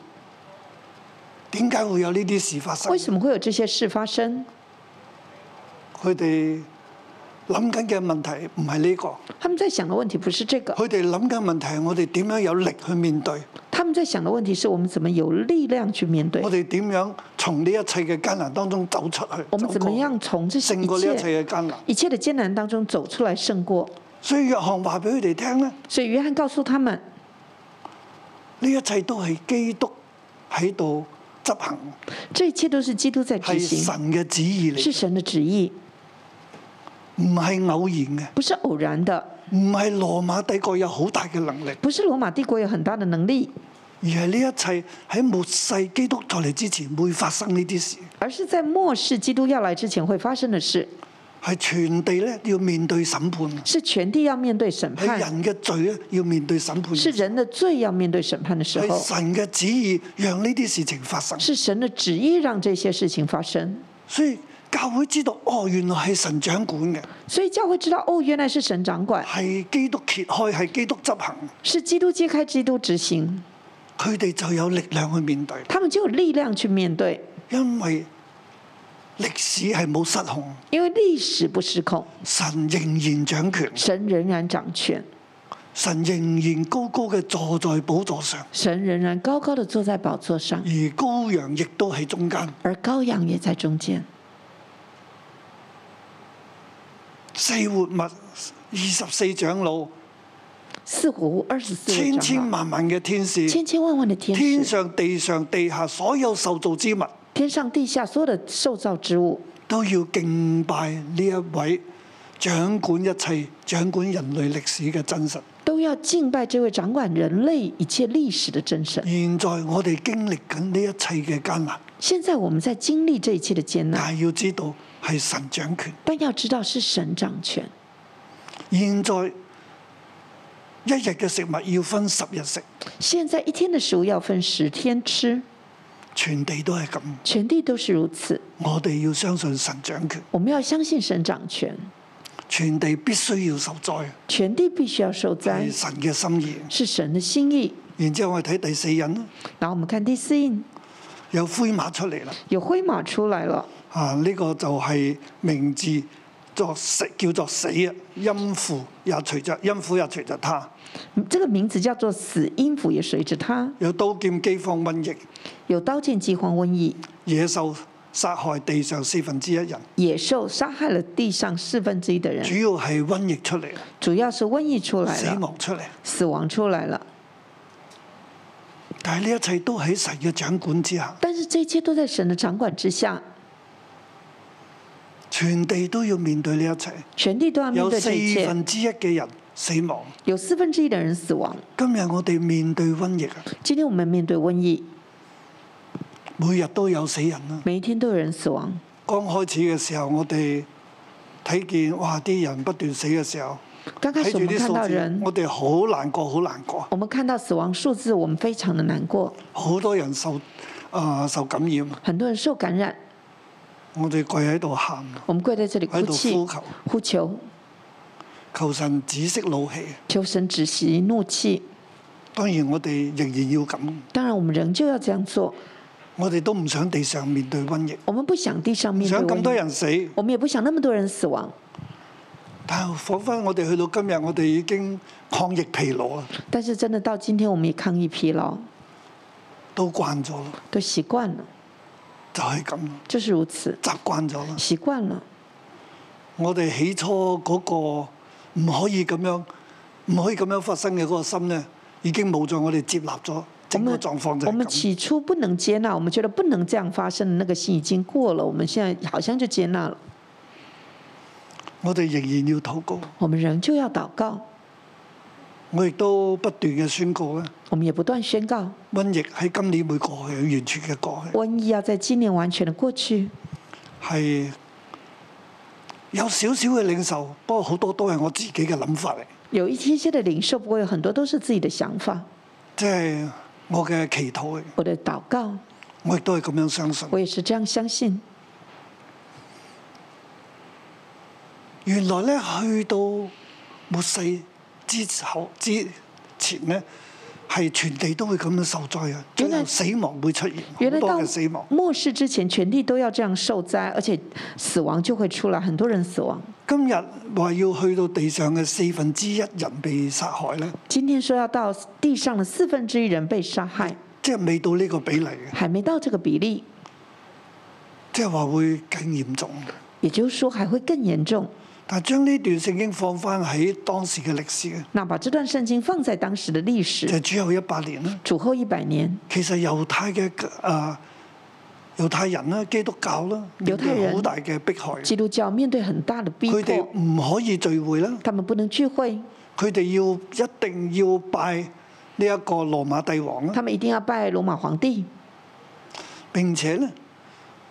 S2: 點解會有呢啲事發生
S3: 为？什么会有这些事发生？
S2: 佢哋諗緊嘅問題唔係呢個，
S3: 他们在想的問題不是這個，
S2: 佢哋諗緊問題係我哋點樣有力去面對，
S3: 他們在想的問題是我們怎麼有力量去面對
S2: 我，哋點樣從呢一切嘅艱難當中走出去，
S3: 我們怎麼樣從這
S2: 走過
S3: 一
S2: 勝過呢一
S3: 切
S2: 切嘅艱難？
S3: 一切的艱難當中走出來勝過。
S2: 所以約翰話俾佢哋聽咧。
S3: 所以約翰告訴他們，
S2: 呢一切都係基督喺度執行，
S3: 這一切都是基督在執
S2: 係
S3: 行，
S2: 神嘅旨意
S3: 是
S2: 嚟，
S3: 神的旨意，
S2: 唔係偶然嘅，
S3: 不是偶然的，
S2: 唔係羅馬帝國有好大嘅能力，
S3: 不是羅馬帝國有很大的能力，
S2: 而係呢一切喺末世基督再嚟之前會發生呢啲事，
S3: 而是在末世基督要來之前會發生的事，
S2: 係全地咧要面對審判，
S3: 是全地要面對審
S2: 係
S3: 判，
S2: 人嘅罪咧要面對審判，
S3: 是
S2: 係
S3: 人的罪要面對審判的時候，
S2: 神嘅旨意讓呢啲事情發生，
S3: 是神的旨意讓這些事情發生。
S2: 所以教會知道哦，原來係神掌管嘅，
S3: 所以教會知道，哦，原來是神掌管，
S2: 係基督揭開，係基督執行，
S3: 是基督揭開，基督執行，
S2: 佢哋就有力量去面對。
S3: 他們就有力量去面對，
S2: 因為歷史係冇失控，
S3: 因為歷史不失控，
S2: 神仍然掌權，
S3: 神仍然掌權，
S2: 神仍然高高嘅坐在寶座上，
S3: 神仍然高高的坐在寶座上
S2: 而，羔羊亦都喺中間。
S3: 而羔羊也在中間。
S2: 四活物、二十四長老、
S3: 四虎二十四位
S2: 千千
S3: 長老，
S2: 萬萬嘅天使，
S3: 千千萬萬的天
S2: 天
S3: 使，
S2: 上、地上、地下所有受造之物
S3: 天上地下所有的受造之物，
S2: 都要敬拜呢一位掌管一切、掌管人類歷史嘅真實。
S3: 都要敬拜這位掌管人類一切歷史的真神。
S2: 現在我哋經歷緊呢一切嘅艱難，
S3: 現在我們在經歷這一切的艱難，
S2: 但係要知道係神掌權。
S3: 但要知道是神掌權。
S2: 現在一日嘅食物要分十日食，
S3: 現在一天的食物要分十天吃，
S2: 全地都係咁。
S3: 全地都是如此。
S2: 我哋要相信神掌權，
S3: 我们要相信神掌权，
S2: 全地必須要受災，
S3: 全地必须要受灾
S2: 係，神嘅心意。
S3: 是神的心意。
S2: 然之後我哋睇第四印啦，
S3: 然后我们看第四印，
S2: 有灰馬出嚟啦。
S3: 有灰马出来了，
S2: 啊，呢、個就係名字作死，叫做死啊！陰符也隨着陰符也隨着他，
S3: 这个名字叫做死，音符也随着它。
S2: 有刀劍、饑荒、瘟疫、
S3: 有刀剑、饥荒、瘟疫、
S2: 野獸殺害地上四分之一人，
S3: 野兽杀害了地上四分之一的
S2: 主
S3: 人，
S2: 要係瘟疫出嚟，
S3: 主要是瘟疫出来
S2: 死
S3: 了，
S2: 亡出嚟。
S3: 死亡出来了。
S2: 但係呢一切都喺神嘅掌管之下，
S3: 但是这一切都在神的掌管之下，
S2: 全地都要面對呢一切。
S3: 全地都要面
S2: 有
S3: 对
S2: 四
S3: 这一切。
S2: 分之一嘅人死亡。
S3: 有四分之一的人死亡。
S2: 今日我哋面對瘟疫啊，
S3: 今天我们面对瘟疫，
S2: 每日都有死人啦。
S3: 每一天都有人死亡。
S2: 剛開始嘅時候，我哋睇見哇啲人不斷死嘅時候，
S3: 刚开
S2: 睇
S3: 始我
S2: 住
S3: 们
S2: 啲
S3: 看到
S2: 數字
S3: 人，，
S2: 我哋好難過，好難過，
S3: 我们看到死亡数字，我们非常的难过。
S2: 好多人受啊、受感染，
S3: 很多人受感染，
S2: 我哋跪喺度喊，
S3: 我们跪在这里哭
S2: 喺度
S3: 泣、
S2: 呼求，
S3: 呼求，
S2: 求神止息怒氣。
S3: 求神止息怒气。
S2: 當然我哋仍然要咁，
S3: 当然，我们仍旧要这样做。
S2: 我哋都唔想地上面對瘟疫，
S3: 我们不想地上
S2: 唔
S3: 面对
S2: 想咁多
S3: 瘟疫，
S2: 人死。
S3: 我们也不想那么多人死亡。
S2: 但係彷彿我哋去到今日，我哋已經抗疫疲勞啊啦，
S3: 但是真的到今天，我们也抗议疲劳，
S2: 都慣咗啦，
S3: 都习惯了，
S2: 就係咁啦，
S3: 就是如此，
S2: 習慣咗啦。
S3: 习惯了。
S2: 我哋起初嗰個唔可以咁樣，唔可以咁樣發生嘅嗰個心咧，已經冇咗。我哋接納咗整個狀況就
S3: 我
S2: 係
S3: 们
S2: 咁。
S3: 起初不能接纳，我们觉得不能这样发生的那个心已经过了，我们现在好像就接纳了。
S2: 我哋仍然要禱告，
S3: 我们仍旧要祷告，
S2: 我亦都不斷嘅宣告咧，
S3: 我们也不断宣告，
S2: 瘟疫喺今年會過去，完全嘅過去，
S3: 瘟疫要在今年完全的过去。
S2: 係有少少嘅領受，不過好多都係我自己嘅諗法嚟，
S3: 有一些些的领受，不过有很多都是自己的想法。
S2: 即係我嘅祈禱嚟。
S3: 我的祷告，
S2: 我亦都係咁樣相信。
S3: 我也是这样相信。
S2: 原來咧，去到末世之後之前咧，係全地都會咁樣受災啊！最
S3: 原
S2: 後
S3: 來
S2: 死亡會出現，
S3: 原
S2: 好
S3: 来
S2: 多
S3: 到
S2: 嘅死亡。
S3: 末世之前，全地都要这样受灾，而且死亡就会出来，很多人死亡。
S2: 今日話要去到地上嘅四分之一人被殺害咧，
S3: 今天说要到地上的四分之一人被杀害，
S2: 即係未到呢個比例嘅，
S3: 还没到这个比例，
S2: 即係話會更嚴重。
S3: 也就是说还会更严重。
S2: 但將呢段聖經放翻喺當時嘅歷史嘅，
S3: 那把这段圣经放在当时的
S2: 就係
S3: 历史，
S2: 主後一百年啦。
S3: 主后一百年，
S2: 其實猶太嘅啊、猶太人啦、基督教啦，
S3: 猶太人
S2: 面對好大嘅迫害，
S3: 基督教面对很大的逼
S2: 佢哋
S3: 迫，
S2: 唔可以聚會啦。
S3: 他们不能聚会，
S2: 佢哋要一定要拜呢一個羅馬帝王啦，
S3: 他们一定要拜罗马皇帝，
S2: 並且咧，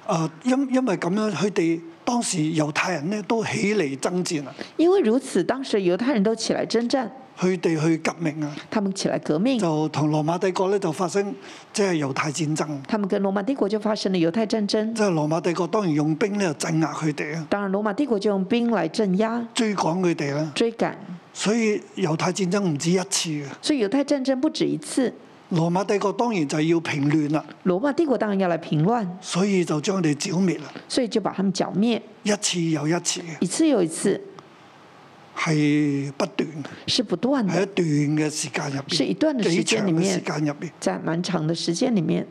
S2: 啊、因因為咁樣，佢哋當時猶太人咧都起嚟爭戰啊，
S3: 因为如此，当时猶太人都起来征战，
S2: 佢哋去革命啊，
S3: 他们起来革命，
S2: 就同羅馬帝國咧就發生即係猶太戰爭，
S3: 他们跟羅馬帝國就發生了猶太戰爭
S2: 即。係羅馬帝國當然用兵咧就鎮壓佢哋啊，
S3: 當然，羅馬帝國就用兵來鎮壓、
S2: 追趕佢哋啦，
S3: 追趕，
S2: 所以猶太戰爭唔止一次嘅，
S3: 所以猶太戰爭不止一次。
S2: 羅馬帝國當然就要平亂啦，
S3: 羅馬帝國當然要來平亂，
S2: 所以就將佢哋剿滅啦，
S3: 所以就把他們剿滅，
S2: 一次又一次嘅，
S3: 一次又一次，
S2: 係不斷嘅。
S3: 是不斷
S2: 喺一
S3: 的，
S2: 段嘅時間入邊，
S3: 是一段嘅時間裡
S2: 幾長
S3: 面
S2: 嘅時間入邊，
S3: 在蠻長的時間裡面。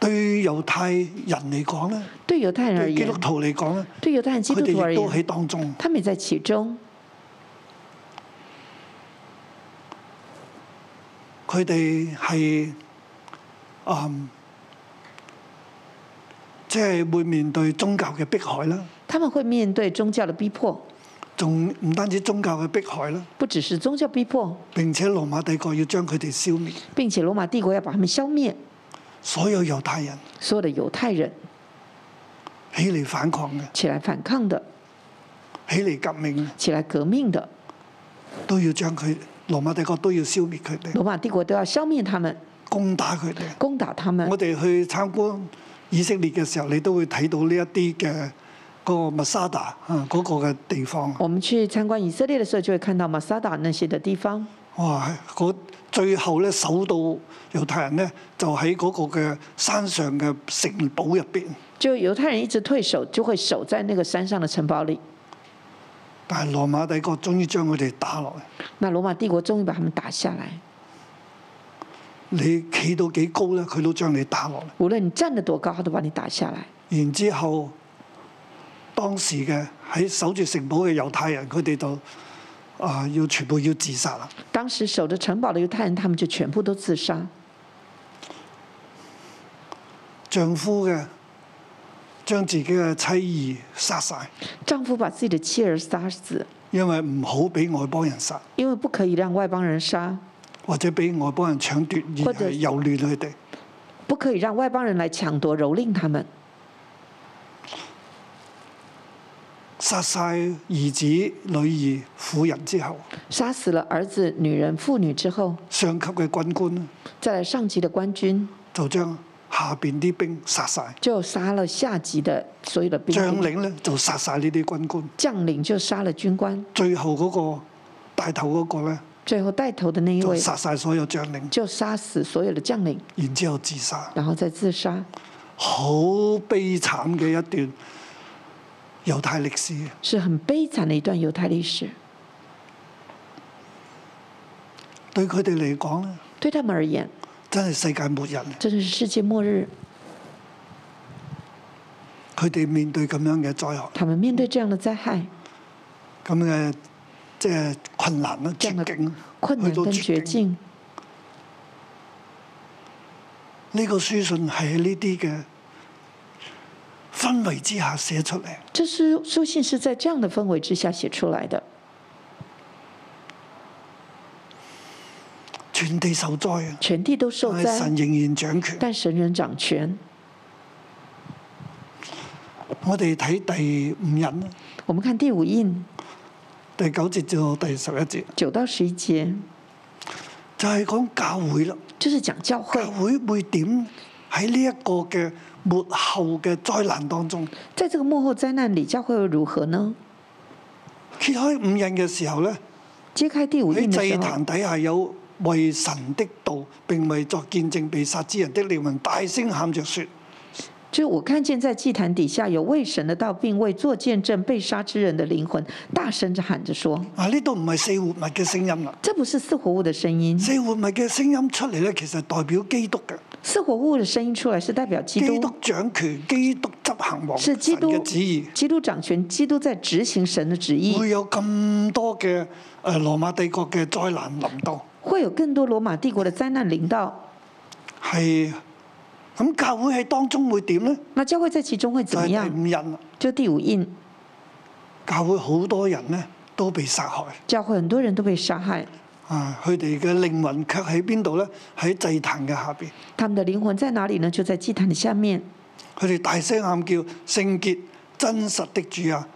S2: 對猶太人嚟講咧，
S3: 對猶太人而
S2: 對基督
S3: 言，
S2: 徒嚟講咧，
S3: 對猶太人、基
S2: 佢
S3: 督徒
S2: 哋
S3: 而
S2: 亦都喺
S3: 言，
S2: 當中。
S3: 他們也在其中，
S2: 佢哋係嗯，即係會面對宗教嘅迫害啦，
S3: 他們會面對宗教的逼迫，
S2: 仲唔單止宗教嘅迫害啦，
S3: 不只是宗教逼迫，
S2: 並且羅馬帝國要將佢哋消滅，
S3: 並且羅馬帝國要把他們消滅。
S2: 所有猶太人
S3: 所有的猶太人
S2: 起嚟反抗嘅，
S3: 起來反抗的、
S2: 起嚟革命嘅，
S3: 起來革命的，
S2: 都要將佢羅馬帝國都要消滅佢哋。
S3: 羅馬帝國都要消滅他們。
S2: 攻打佢哋。
S3: 攻打他们
S2: 我。哋去參觀以色列嘅時候，你都會睇到呢一啲嘅嗰個 Masada 啊嗰個嘅地方。
S3: 我们去参观以色列的时候，就会看到马萨达那些的地方。
S2: 哇！嗰最後咧，守到猶太人咧，就喺嗰個嘅山上嘅城堡入邊，
S3: 就犹太人一直退守，就会守在那个山上的城堡里。
S2: 但係羅馬帝國終於將佢哋打落嚟。
S3: 那罗马帝国终于把他们打下来，
S2: 你企到幾高咧，佢都將你打落嚟。
S3: 无论你站得多高，他都把你打下来。
S2: 然之後，當時嘅喺守住城堡嘅猶太人，佢哋就啊、要全部要自殺啦。
S3: 当时守着城堡的犹太人，他们就全部都自杀。
S2: 丈夫嘅將自己嘅妻兒殺晒，
S3: 丈夫把自己的妻儿杀死，
S2: 因為唔好俾外邦人殺，
S3: 因为不可以让外邦人杀，
S2: 或者俾外邦人搶奪
S3: 或
S2: 而
S3: 者
S2: 係蹂躪佢哋。
S3: 不可以让外邦人来抢夺、蹂躪他们。
S2: 殺晒兒子、女兒、婦人之後，
S3: 杀死了儿子、女人、妇女之后，
S2: 上級嘅軍官
S3: 再来上级的官军
S2: 就將下邊啲兵殺晒，
S3: 就杀了下级的所有的兵
S2: 將
S3: 丁，
S2: 領咧就殺晒呢啲軍官。
S3: 将领就杀了军官，
S2: 最後嗰個帶頭嗰個咧
S3: 最后带头的那一
S2: 就
S3: 位
S2: 殺晒所有將領，
S3: 就杀死所有的将领，
S2: 然之後自殺，
S3: 然后再自杀，
S2: 好悲慘嘅一段猶太歷史。
S3: 是很悲惨的一段犹太历史。
S2: 對佢哋嚟講咧，
S3: 对他们而言，
S2: 真係世界末日啊。
S3: 真的是世界末日。
S2: 佢哋面對咁樣嘅災害、
S3: 他们面对这样的灾害、
S2: 咁嘅即係困難啦、
S3: 這樣
S2: 絕
S3: 嘅
S2: 境，
S3: 困難
S2: 去到
S3: 跟
S2: 絕
S3: 绝
S2: 境。
S3: 境，
S2: 呢、個書信係喺呢啲嘅氛圍之下寫出嚟，
S3: 这是书信是在这样的氛围之下写出来的。
S2: 全地受災啊！
S3: 全地都受
S2: 但係
S3: 灾
S2: 神，仍然掌權。
S3: 但神人掌权。
S2: 我哋睇第五印啦，
S3: 我们看第五印
S2: 第九節至到第十一節，
S3: 九到十一节，
S2: 就係、講教會啦。
S3: 就是讲教会
S2: 教會會點喺呢一個嘅末後嘅災難當中？
S3: 在这个幕后灾难里，教会会如何呢？
S2: 揭開五印嘅時候咧，
S3: 揭开第五
S2: 喺
S3: 印的
S2: 祭
S3: 时候
S2: 壇，底下有為神的道並為作見證被殺之人的靈魂大聲喊着說：
S3: 就我看见在祭坛底下有为神的道，并为做见证被杀之人的灵魂，大声着喊着说
S2: 啊！呢度唔係四活物嘅聲音啦。：“
S3: 这不是四活物的声音，
S2: 四活物嘅聲音出嚟咧，其實代表基督嘅，
S3: 四活物的声音出来是代表基
S2: 基督
S3: 督，
S2: 掌權，基督執行王
S3: 是
S2: 神
S3: 基督
S2: 嘅旨意。嗯
S3: 基督掌权，基督在执行神的旨意。
S2: 會有咁多嘅誒羅馬帝國嘅災難臨到，
S3: 会有更多罗马帝国的灾难临到，
S2: 係咁教會喺當中會點咧？
S3: 那教会在其中会
S2: 就
S3: 怎么
S2: 係、第
S3: 样？
S2: 五印啦，
S3: 就第五印，
S2: 教會好多人咧都被殺害
S3: 教会很多人都被杀害，
S2: 啊！佢哋嘅靈魂卻喺邊度咧？喺祭壇嘅下邊，
S3: 他们的灵魂在哪里呢？就在祭坛的下面，
S2: 佢哋大聲喊叫：聖潔真實的主啊！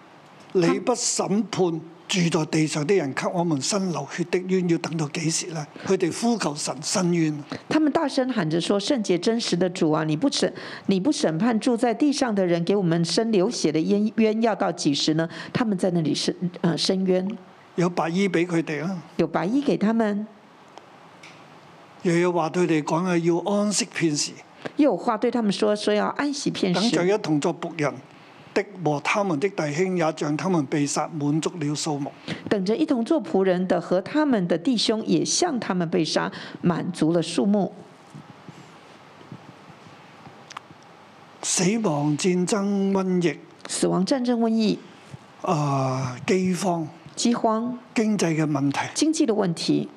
S2: 你不審判住在地上的人，給我們身流血的冤，要等到幾時呢？佢哋呼求神伸冤，
S3: 他们大声喊着说：“圣洁真实的主啊，你不审你不审判住在地上的人，给我们生流血的冤冤要到几时呢？”他们在那里伸呃伸冤，
S2: 有白衣俾佢哋啊啦。
S3: 有白衣给他们，
S2: 又有話對佢哋講啊，要安息片時，
S3: 又有话对他们说说要安息片
S2: 等着
S3: 时。
S2: 一同作仆人的和他們的弟兄，也像他們被殺，滿足了數目。
S3: 等着一同做仆人的和他们的弟兄也向他们被杀，满足了数目。
S2: 死亡、戰爭、瘟疫、
S3: 死亡、战争、瘟疫、
S2: 啊、饑荒、
S3: 饥荒、
S2: 經濟嘅問題、
S3: 经济的问题、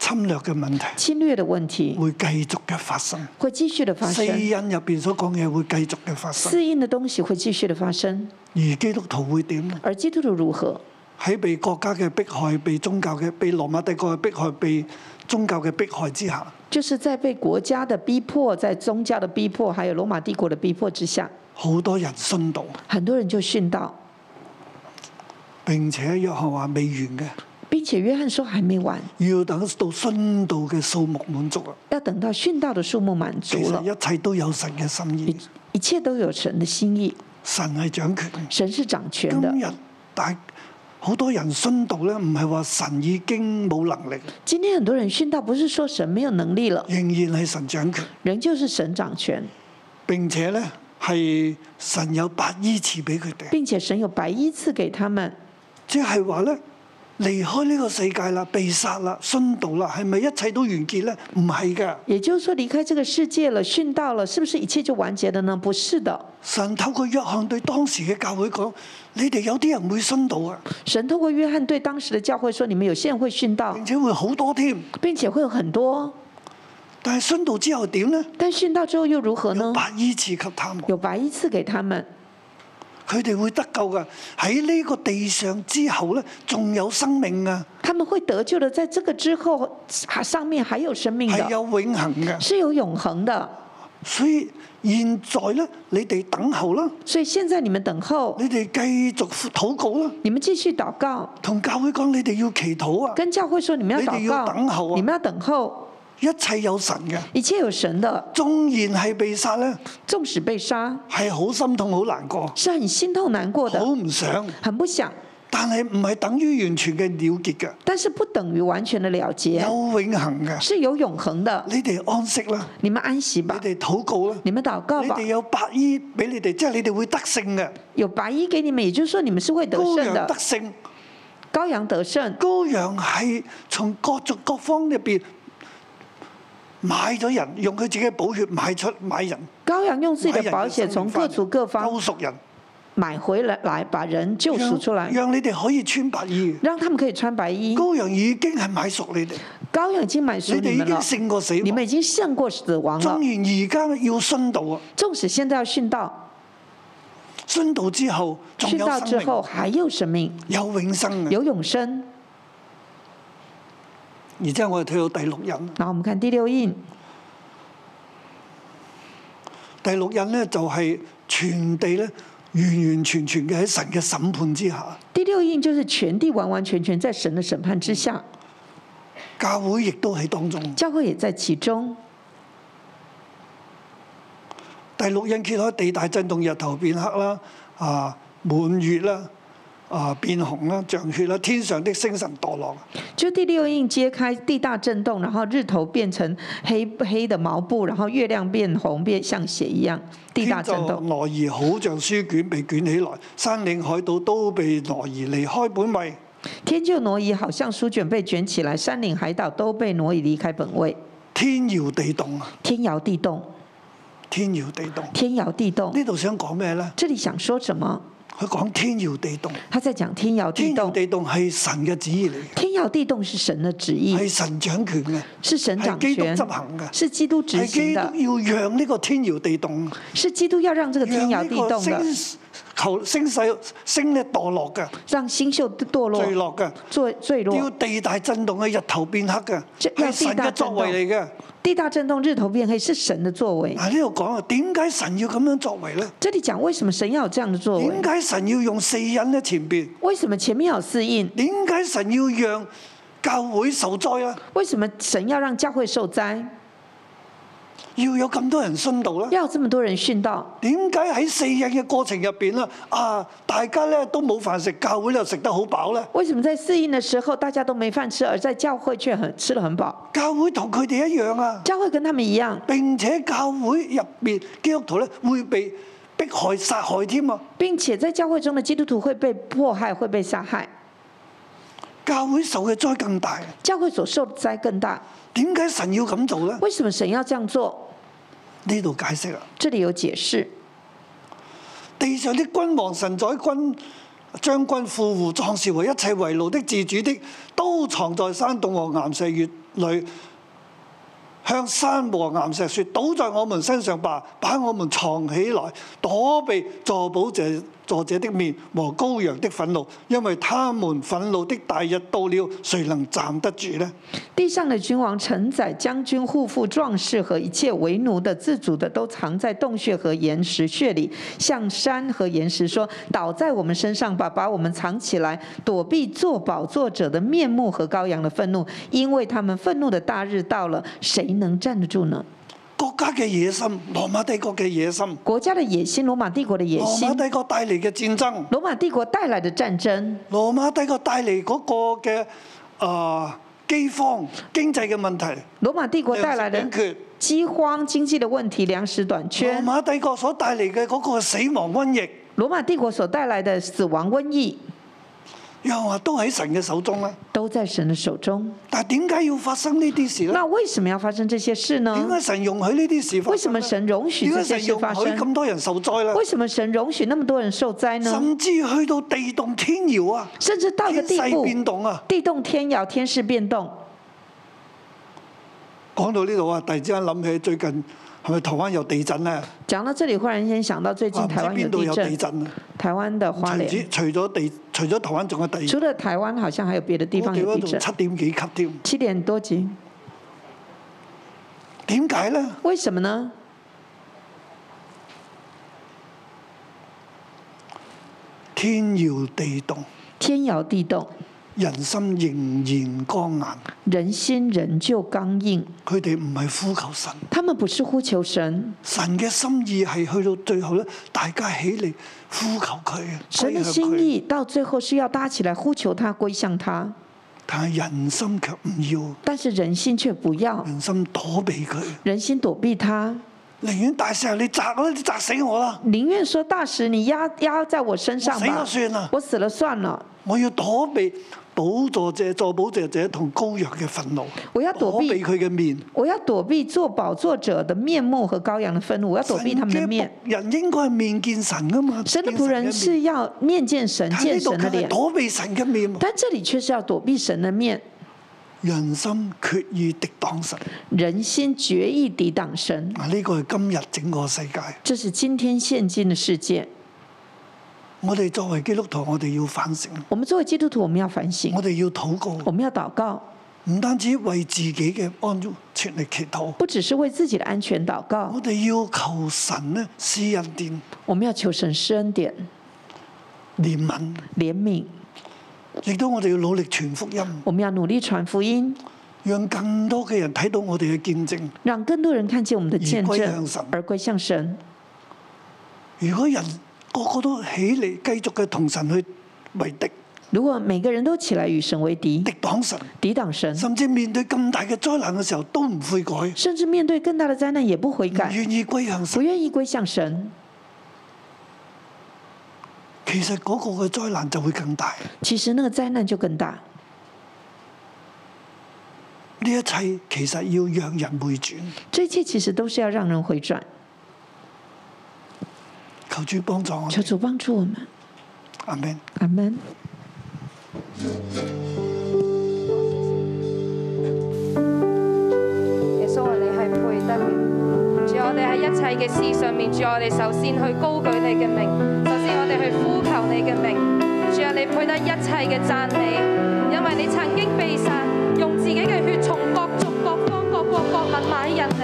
S2: 侵略嘅問題，
S3: 侵略的问题
S2: 會繼續嘅發生。
S3: 会继续的发
S2: 四
S3: 生。
S2: 印入邊所講嘅會繼續嘅發生，
S3: 四印的东西会继续的发生，
S2: 而基督徒會點呢？
S3: 而基督徒如何？
S2: 喺被國家嘅迫害、被宗教嘅、被羅馬帝國嘅迫害、被宗教嘅迫害之下，
S3: 就是在被国家的逼迫、在宗教的逼迫，还有罗马帝国的逼迫之下，
S2: 好多人殉道。
S3: 很多人就殉道，
S2: 並且約翰話未完嘅，
S3: 并且约翰说还没完，
S2: 要等到殉道嘅數目滿足啦。
S3: 要等到殉道的数目满
S2: 其
S3: 足了，
S2: 實一切都有神嘅心意，
S3: 一切都有神的心意，
S2: 神係掌權。
S3: 神是掌权的
S2: 今。日大好多人殉道咧，唔係話神已經冇能力，
S3: 今天很多人殉道，不是说神没有能力了，
S2: 仍然係神掌權。
S3: 仍旧是神掌权，
S2: 並且咧係神有白衣賜俾佢哋，
S3: 并且神有白衣赐给他们。
S2: 即係話咧離開呢個世界啦，被殺啦，殉道啦，係咪一切都完結咧？唔係㗎，
S3: 也就是说，离开这个世界了，殉道了，是不是一切就完结了呢？不是的，
S2: 神透過約翰對當時嘅教會講：你哋有啲人會殉道啊，
S3: 神透过约翰对当时的教会说：“你们有些人会殉道
S2: 並，且會好多添。
S3: 并且会有很多，
S2: 但係殉道之後點咧？
S3: 但殉道之后又如何呢
S2: 有？白衣賜給他們，
S3: 有白衣赐给他们，
S2: 佢哋會得救㗎。喺呢個地上之後咧，仲有生命啊，
S3: 他们会得救的。在这个之后，啊上面还有生命
S2: 係
S3: 的，
S2: 有永恆嘅。
S3: 是有永恒的。
S2: 所以現在咧，你哋等候啦，
S3: 所以现在你们等候，
S2: 你哋繼續禱告啦。
S3: 你们继续祷告，
S2: 同教會講，你哋要祈禱啊！
S3: 跟教会说你们要
S2: 你
S3: 祷
S2: 哋要等候
S3: 告，
S2: 啊
S3: 你们要等候，
S2: 一切有神嘅，
S3: 一切有神的，
S2: 縱然係被殺咧，
S3: 纵使被杀，
S2: 係好心痛、好難過，
S3: 是很心痛难过
S2: 好
S3: 的，
S2: 唔想。
S3: 很不想。”
S2: 但係唔係等於完全嘅了結嘅，
S3: 但是不等于完全的了结，
S2: 有永恆嘅。
S3: 是有永恒的。
S2: 你哋安息啦，
S3: 你们安息
S2: 你
S3: 吧，
S2: 哋禱告啦，
S3: 你们祷告
S2: 你
S3: 吧
S2: 哋。有白衣俾你哋，即係你哋會得勝嘅。
S3: 有白衣给你们，也就是说你们是会得
S2: 羔
S3: 胜
S2: 羊得
S3: 的。
S2: 勝，
S3: 羔羊得胜，
S2: 羔羊係從各族各方入邊買咗人，用佢自己嘅寶血買出買人，
S3: 羔羊用自己
S2: 買
S3: 的
S2: 人
S3: 保
S2: 嘅生
S3: 险
S2: 命
S3: 从
S2: 翻
S3: 各
S2: 嚟
S3: 族各方
S2: 救贖人，
S3: 买回来，来把人救赎出来
S2: 讓，讓你哋可以穿白衣。
S3: 让他们可以穿白衣。
S2: 羔羊已經係買熟你哋，
S3: 羔羊已经买赎
S2: 你哋
S3: 你
S2: 已
S3: 们
S2: 經
S3: 了，
S2: 勝過死
S3: 你们
S2: 亡。
S3: 已经胜过死亡
S2: 縱
S3: 了。
S2: 然而家要殉道啊，
S3: 纵使现在要殉道，
S2: 殉道之後仲
S3: 殉
S2: 有
S3: 道之
S2: 生
S3: 后
S2: 命，
S3: 还有生命，
S2: 有永生啊！
S3: 有永生。
S2: 然之後我哋睇到第六印，啊
S3: 然后我们看第六印，
S2: 第六印咧就係全地咧完完全全嘅喺神嘅審判之下，
S3: 第六印就是全地完完全全在神的审判之下，
S2: 教會亦都喺當中。
S3: 教会也在其中。
S2: 第六印揭開地大震動，日頭變黑啦，啊滿月啦，啊變紅啦，像血啦，天上的星辰墮落。
S3: 就第六印揭开地大震动，然后日头变成黑黑的毛布，然后月亮变红，变像血一样。地大震
S2: 天就
S3: 动，
S2: 挪移好像書卷被捲起來，山嶺海島都被挪移離開本位。
S3: 天就挪移，好像书卷被卷起来，山岭海岛都被挪移离开本位。
S2: 天搖地動啊！
S3: 天摇地动，
S2: 天搖地動。
S3: 天摇地动。
S2: 呢度想講咩呢？
S3: 这里想说什么？
S2: 佢講天搖地動，
S3: 他在讲天摇地
S2: 天搖
S3: 动。
S2: 地動係神嘅旨意嚟嘅，
S3: 天摇地动是神的旨意，
S2: 係神掌權嘅，
S3: 是神掌
S2: 係基督
S3: 权
S2: 執，行嘅，
S3: 是基督执
S2: 係
S3: 行
S2: 基
S3: 的，
S2: 督要讓呢個天搖地動，
S3: 是基督要让这个天
S2: 讓
S3: 摇
S2: 呢
S3: 地啊
S2: 個
S3: 动的，
S2: 星球星勢星咧墮落嘅，
S3: 让星宿堕落
S2: 墜、落嘅，
S3: 坠坠
S2: 要
S3: 落。
S2: 地大震動嘅日頭變黑嘅，
S3: 即
S2: 係神
S3: 地大
S2: 嘅
S3: 震
S2: 作
S3: 動
S2: 為嚟嘅。
S3: 地大震动，日头变黑，是神的作为。
S2: 嗱呢度講啊，點解神要咁樣作為呢？
S3: 这里讲为什么神要有这样的作为
S2: 點？解神要用四印咧前邊？
S3: 为什么前面要有四印？
S2: 點解神要讓教會受災啊？
S3: 为什么神要让教会受灾？
S2: 要有咁多人殉道咧？
S3: 要有这么多人殉道？
S2: 點解喺四日嘅過程入邊咧，啊，大家咧都冇飯食，教會又食得好飽咧？
S3: 为什么在四印的时候大家都没饭吃，而在教会却很吃得很饱？
S2: 教會同佢哋一樣啊！
S3: 教会跟他们一样，
S2: 並且教會入面基督徒咧會被迫害殺害添啊！
S3: 并且在教会中的基督徒会被迫害，会被杀害，
S2: 教會受嘅災更大。啊
S3: 教会所受的灾更大。
S2: 點解神要咁做咧？
S3: 为什么神要这样做？
S2: 呢度解釋啊！
S3: 这里有解释。
S2: 地上的君王、神宰君、將軍、富户、壯士和一切為奴的、自主的，都藏在山洞和岩石穴裏。向山和岩石說：倒在我們身上吧，把我們藏起來，躲避坐寶者坐者的面和羔羊的憤怒，因為他們憤怒的大日到了，誰能站得住呢？
S3: 地上的君王、臣宰、将军、护父、壮士和一切为奴的、自主的，都藏在洞穴和岩石穴里，向山和岩石说：“倒在我们身上吧，把我们藏起来，躲避坐宝座者的面目和羔羊的愤怒，因为他们愤怒的大日到了，谁能站得住呢？”
S2: 國家嘅野心，羅馬帝國嘅野心，
S3: 国家的野心，羅馬帝國的野
S2: 羅
S3: 心
S2: 馬，帝國帶嚟嘅戰爭，
S3: 羅馬帝國帶來的戰爭，
S2: 羅馬帝國帶嚟嗰個嘅啊饑荒、經濟嘅問題，
S3: 羅馬帝國帶來的
S2: 糧食短缺。
S3: 饥荒、經濟的問題、糧食短
S2: 羅
S3: 缺，
S2: 馬帝國所帶嚟嘅嗰個死亡瘟疫，
S3: 羅馬帝國所帶來的死亡瘟疫，
S2: 又話都喺神嘅手中啦。
S3: 都在神的手中。
S2: 但係點解要發生呢啲事呢？
S3: 那為什麼要發生這些事
S2: 點
S3: 呢
S2: 解？神容許呢啲事發
S3: 為
S2: 生
S3: 什
S2: 呢？
S3: 麼神容許
S2: 點
S3: 這
S2: 解
S3: 些
S2: 神
S3: 事
S2: 容
S3: 發
S2: 許
S3: 生？
S2: 咁多人受災呢？
S3: 為什麼神容許那麼多人受災呢？
S2: 甚至去到地動天搖啊，
S3: 甚至到一個
S2: 天
S3: 地
S2: 勢變
S3: 步，
S2: 動啊！
S3: 地動天搖，天勢變動。
S2: 講到呢度啊，突然之間諗起最近係咪台灣有地震呢？
S3: 講到這裡，忽然間想到最
S2: 啊
S3: 近
S2: 唔知
S3: 台灣有
S2: 邊度
S3: 地
S2: 有地
S3: 震，
S2: 震啊？
S3: 台灣的
S2: 除
S3: 花蓮，
S2: 咗除咗地，除咗台灣仲有地震，
S3: 除了台灣，好像還有別的地
S2: 我
S3: 方
S2: 地
S3: 有
S2: 嗰
S3: 地
S2: 度
S3: 震，
S2: 七點幾級添。
S3: 七點多級。
S2: 點解呢？
S3: 為什麼呢？
S2: 天搖地動，
S3: 天搖地動，
S2: 人心仍然剛硬。
S3: 人心仍舊剛硬。
S2: 佢哋唔係呼求神，
S3: 他們不是呼求神，
S2: 神嘅心意係去到最後咧，大家起嚟呼求佢，
S3: 神
S2: 歸
S3: 的
S2: 向
S3: 心
S2: 佢。
S3: 意到最後是要搭起來呼求他歸向他，
S2: 但係人心卻唔
S3: 但是人心卻不要
S2: 要，，人心躲避佢，
S3: 人心躲避他，
S2: 寧願大石頭你砸啦，你砸死我啦，
S3: 寧願說大石你壓壓在我身上
S2: 死
S3: 吧
S2: 咗，算啦，
S3: 我死了算了，
S2: 我要躲避寶座者、坐寶座者同羔羊嘅憤怒，
S3: 我要躲
S2: 躲避
S3: 避，
S2: 佢嘅面。
S3: 我要躲避做寶座者的面目和羔羊的憤怒，我要躲避他們的
S2: 神嘅
S3: 面。
S2: 僕人應該係面見神噶嘛，
S3: 神的
S2: 見嘅
S3: 僕人
S2: 面
S3: 是要面見神、
S2: 但係
S3: 見
S2: 呢度
S3: 神的
S2: 佢係
S3: 臉，
S2: 躲避神嘅面喎，
S3: 但這裡卻是要躲避神的面，
S2: 人心決意敵擋神。
S3: 人心決意抵擋神。
S2: 嗱，呢個係今日整個世界。
S3: 这是今天现今的世界。
S2: 我哋作為基督徒，我哋要反省，
S3: 我们作为基督徒，我们要反省
S2: 我，哋要禱
S3: 我
S2: 告，
S3: 们要禱告，
S2: 唔單止為自己嘅安全嚟祈禱，
S3: 不只是为自己的安全禱告
S2: 我，哋要求神咧施恩典、
S3: 我们要求神施恩典、
S2: 憐憫，
S3: 憐憫，
S2: 亦都我哋要努力傳福音，
S3: 我们要努力傳福音，
S2: 讓更多嘅人睇到我哋嘅見證。
S3: 讓更多人看見我们的見
S2: 而歸向神
S3: 證，而歸向神。
S2: 如果人個個都起嚟繼續嘅同神去為敵、
S3: 如果每個人都起來與神為敵
S2: 敵，擋神，
S3: 抵擋神，
S2: 甚至面對咁大嘅災難嘅時候都唔悔改，唔
S3: 甚至面對更大的災難也不悔改，
S2: 願意歸向
S3: 不
S2: 神，
S3: 願意歸向神，
S2: 其實嗰個嘅災難就會更大。
S3: 其實那個災難就更大。
S2: 呢一切其實要讓人回轉。
S3: 這一切其實都是要讓人回轉。
S2: 求主幫助我
S3: 求
S2: 哋，
S3: 主幫助我們，
S2: 阿明。
S3: 阿門。
S4: 耶穌啊話：你係配得嘅。主，啊我哋喺一切嘅事上面，主，啊我哋首先去高舉你嘅名，首先我哋去呼求你嘅名。主啊，你配得一切嘅讚美，因為你曾經被殺，用自己嘅血從各族、各方、各國、各民買人嚟。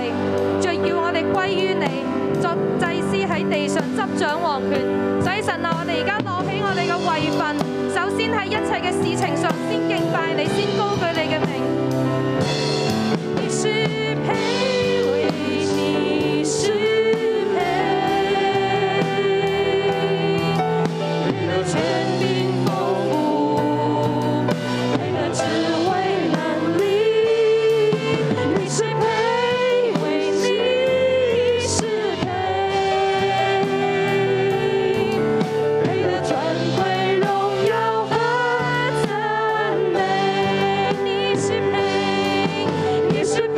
S4: 主啊，要我哋歸於你，作祭司喺地上執掌王權。所以神啊，我哋而家攞起我哋嘅位份，首先喺一切嘅事情上先敬拜你，先高舉你嘅名。你是卑微，你是卑微，为了权柄丰富，为了智慧能力。你是卑微，你是卑微。为了尊贵、荣耀和赞美，你是配，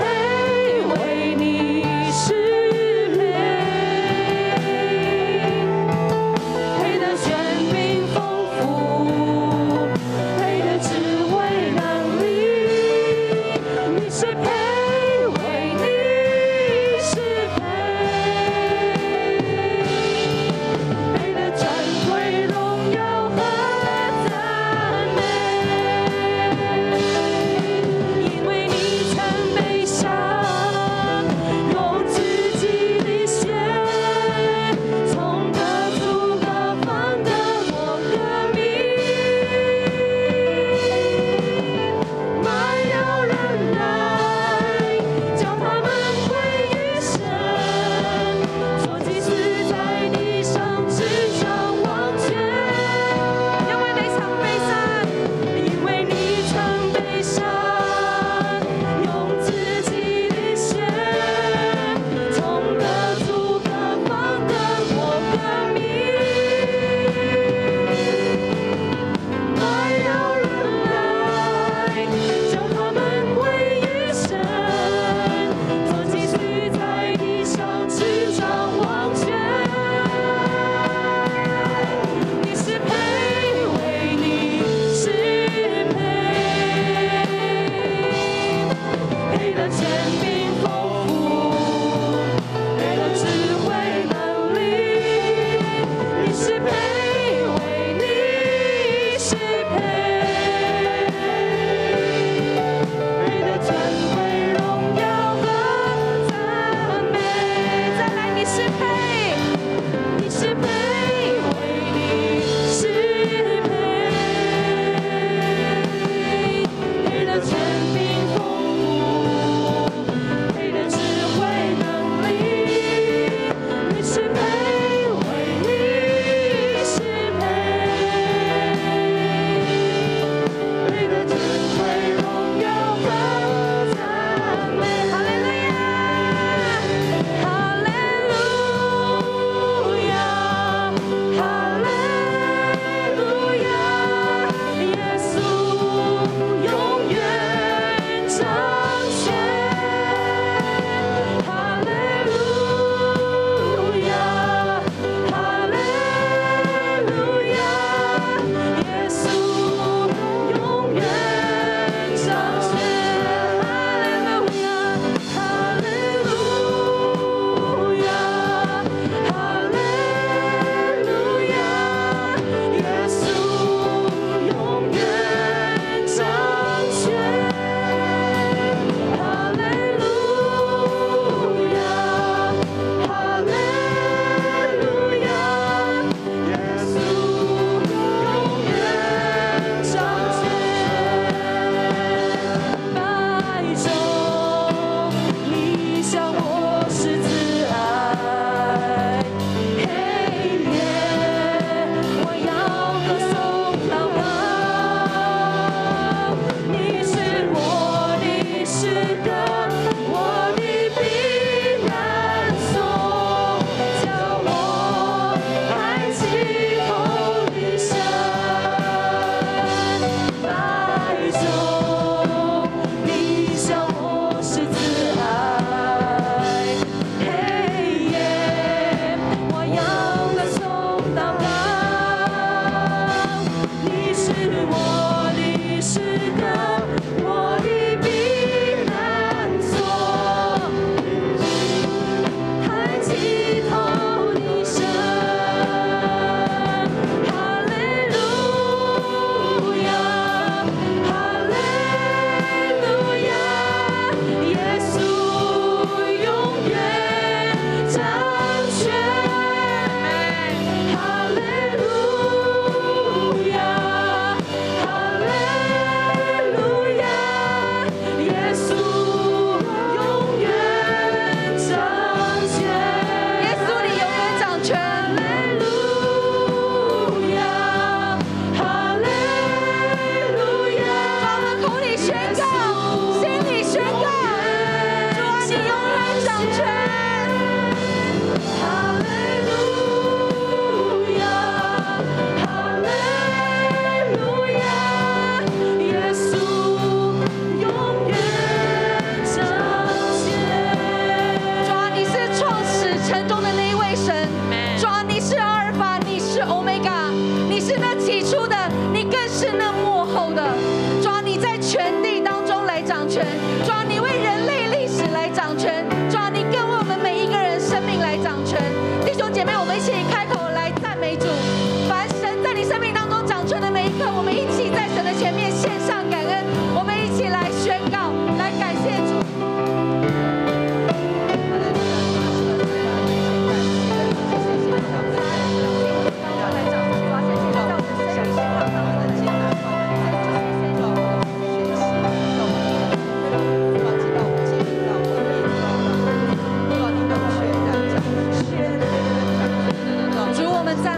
S5: 啊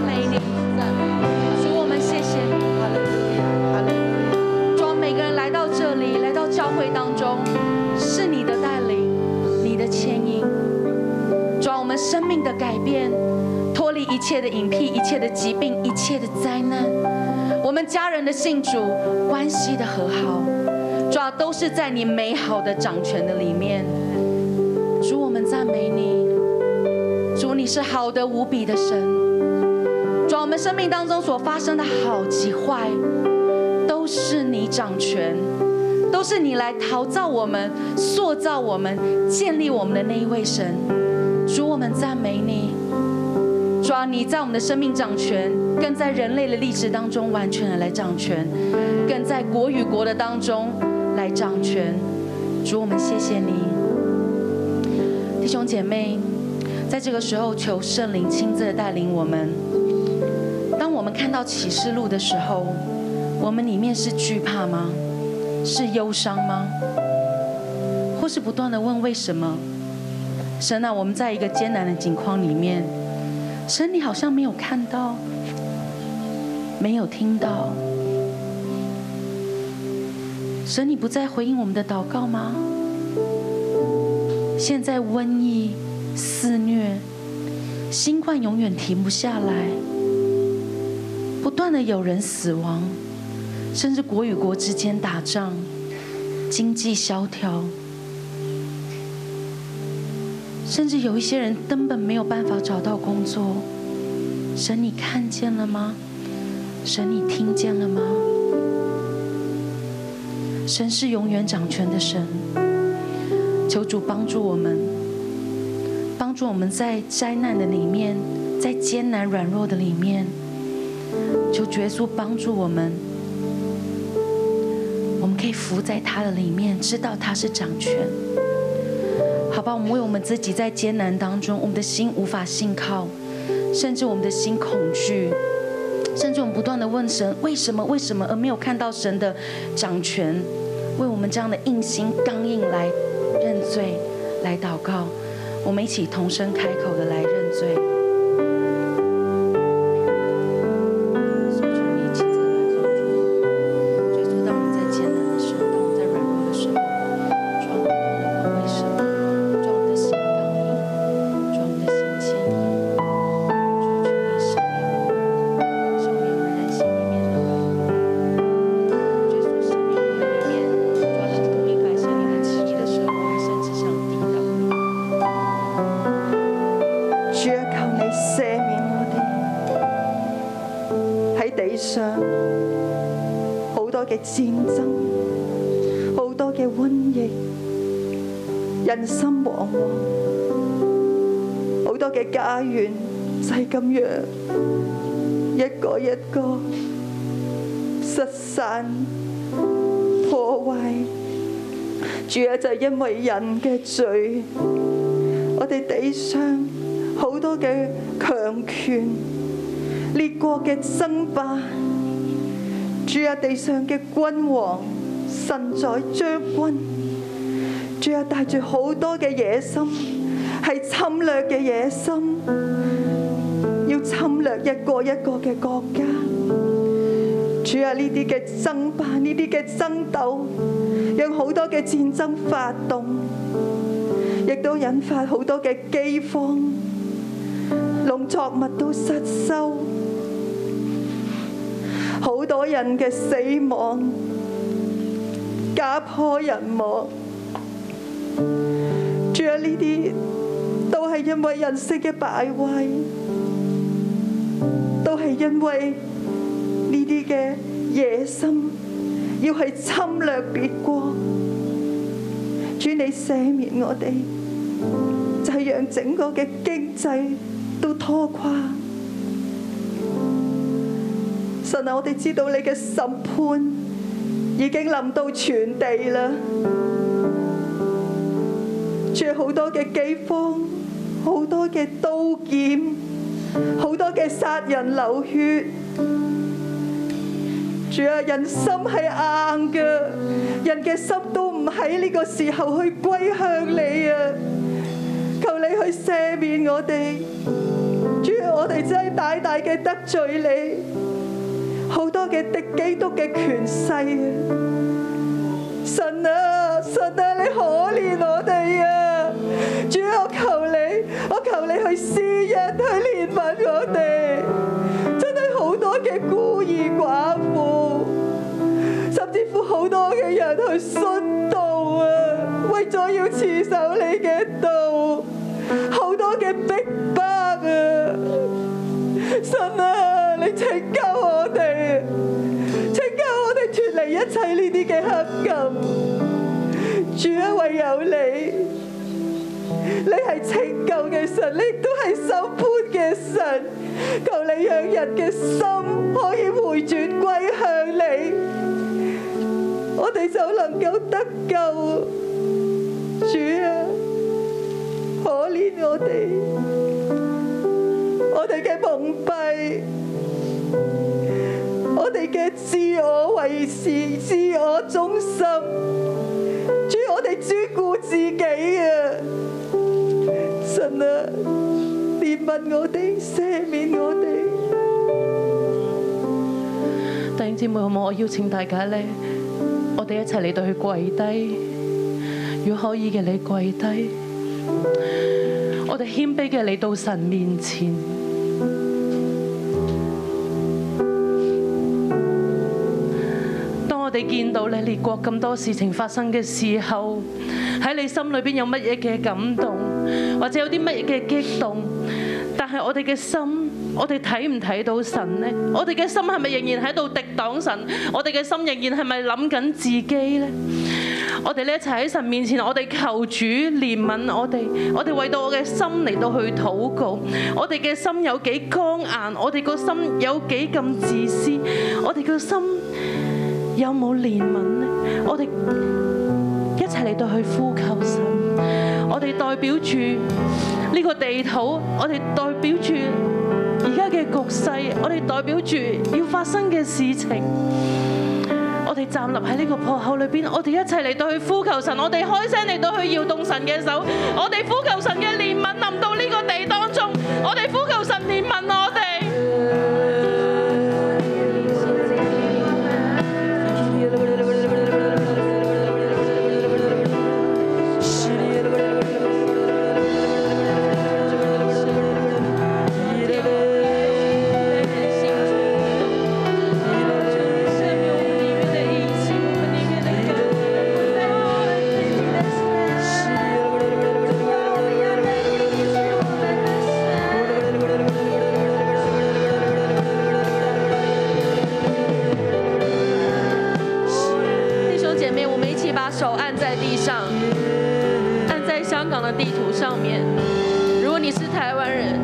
S4: 美你。主，我们谢谢你。
S3: 哈利路亚，哈利路
S4: 主，每个人来到这里，来到教会当中，是你的带领，你的牵引。主，我们生命的改变，脱离一切的隐蔽、一切的疾病、一切的灾难。我们家人的信主，关系的和好，主啊，都是在你美好的掌权的里面。主，我们赞美你。主，你是好的无比的神。主啊，我们生命当中所发生的好及坏，都是你掌权，都是你来陶造我们、塑造我们、建立我们的那一位神。主，我们赞美你。主啊，你在我们的生命掌权，更在人类的历史当中完全的来掌权，更在国与国的当中来掌权。主，我们谢谢你，弟兄姐妹，在这个时候求圣灵亲自的带领我们。当我们看到启示录的时候，我们里面是惧怕吗？是忧伤吗？或是不断的问为什么？神啊，我们在一个艰难的境况里面，神你好像没有看到，没有听到，神你不再回应我们的祷告吗？现在瘟疫肆虐，新冠永远停不下来。不断的有人死亡，甚至国与国之间打仗，经济萧条，甚至有一些人根本没有办法找到工作。神，你看见了吗？神，你听见了吗？神是永远掌权的神，求主帮助我们，帮助我们在灾难的里面，在艰难软弱的里面。求主耶稣帮助我们，我们可以伏在他的里面，知道他是掌权。好吧，我们为我们自己在艰难当中，我们的心无法信靠，甚至我们的心恐惧，甚至我们不断的问神为什么为什么，而没有看到神的掌权，为我们这样的硬心刚硬来认罪，来祷告。我们一起同声开口的来认罪。
S6: 主啊，求你赦免我哋喺地上好多嘅戰爭，好多嘅瘟疫，
S4: 求主你亲自来帮助，耶稣，当我们在艰难的时候，当我们在软弱的时候，主啊，我们不断的问为什么，主啊，我们的心刚硬，主啊，我们的心坚硬，主啊，求你赦免我们，赦免我们人心里面的软弱，耶稣，赦免我们里面，主啊，当不明白神你的旨意的时候，我们甚至想抵挡。
S6: 人心惶惶，好多嘅家園就係咁樣一個一個失散破壞。主啊，就係因為人嘅罪。我哋地上好多嘅強權、列國嘅爭霸，主啊，地上嘅君王、神在將軍，主啊，帶住好多嘅野心，係侵略嘅野心，要侵略一個一個嘅國家。主啊，呢啲嘅爭霸、呢啲嘅爭鬥，讓好多嘅戰爭發動。亦都引發好多嘅饑荒，農作物都失收，好多人嘅死亡，家破人亡。主啊，呢啲都係因為人性嘅敗壞，都係因為呢啲嘅野心，要去侵略別國。主你赦免我哋，就係、讓整個嘅經濟都拖垮。神啊，我哋知道你嘅審判已經臨到全地啦，仲有好多嘅饑荒，好多嘅刀劍，好多嘅殺人流血。主啊，人心係硬嘅，人嘅心都唔喺呢個時候去歸向你啊！求你去赦免我哋，主啊，我
S7: 我哋真係大大嘅得罪你，好多嘅敵基督嘅權勢啊！神啊，神啊，你可憐我哋啊！主啊，我求你，我求你去施恩，去憐憫我哋，真係好多嘅孤兒寡婦。甚至乎好多嘅人去殉道啊，為咗要持守你嘅道，好多嘅逼迫啊！神啊，你拯救我哋，拯救我哋脱離一切呢啲嘅黑暗。主啊，唯有你。你係拯救嘅神，你亦都係審判嘅神。求你讓人嘅心可以回轉歸向你。我哋就能夠得救。主啊，可憐我哋，我哋嘅蒙蔽，我哋嘅自我為是、自我中心。主，我哋專顧自己啊！神
S6: ờ,
S7: 啊，憐憫我哋，赦免我哋。
S8: 弟兄姊妹好冇？我邀請大家咧，我哋一齊嚟到去跪低。如果可以嘅，你跪低。我哋謙卑嘅嚟到神面前。當我哋見到咧列國咁多事情發生嘅時候，喺你心裏邊有乜嘢嘅感動，或者有啲乜嘢嘅激動？但係我哋嘅心，我哋睇唔睇到神呢？我哋嘅心係咪仍然喺度敵擋神？我哋嘅心仍然係咪諗緊自己呢？我哋呢一齊喺神面前，我哋求主憐憫我哋，我哋為到我嘅心嚟到去禱告。我哋嘅心有幾剛硬，我哋個心有幾咁自私，我哋個心有冇憐憫呢？我哋一齊嚟到去呼求神，我哋代表住呢個地土，我哋代表住而家嘅局勢，我哋代表住要發生嘅事情。我哋站立喺呢個破口裏邊，我哋一齊嚟到去呼求神，我哋開聲嚟到去搖動神嘅手，我哋呼求神嘅憐憫臨到呢個地當中，我哋呼求神憐憫我哋。
S5: 弟兄姐妹，我们一起把手按在地上，按在香港的地图上面。如果你是台湾人，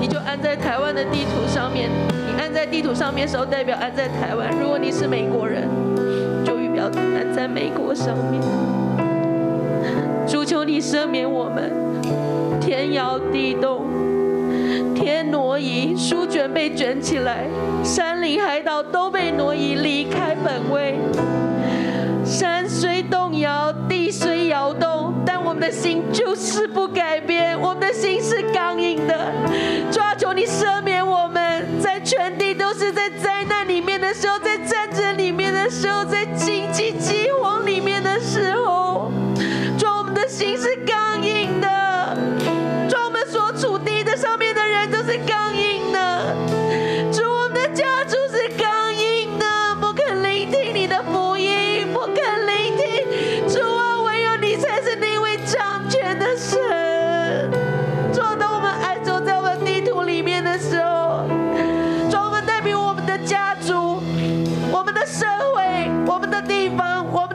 S5: 你就按在台湾的地图上面。你按在地图上面的时候，代表按在台湾；如果你是美国人，就表按在美国上面。主求你赦免我们，天摇地动，天挪移，书卷被卷起来，山岭海岛都被挪移，离开本位。山虽动摇，地虽摇动，但我们的心就是不改变，我们的心是刚硬的。主啊，求你赦免我们，在全地都是在灾难里面的时候，在战争里面的时候，在经济饥荒里面的时候，主啊，我们的心是刚硬的。主啊，我们所处地的上面的人都是刚硬的。主，我们的家族是刚硬的，不肯聆听你的福音，不肯聆听。主啊，唯有你才是那位掌权的神。主啊，当我们爱走在我们地图里面的时候，主啊，我们代表我们的家族、我们的社会、我们的地方、我们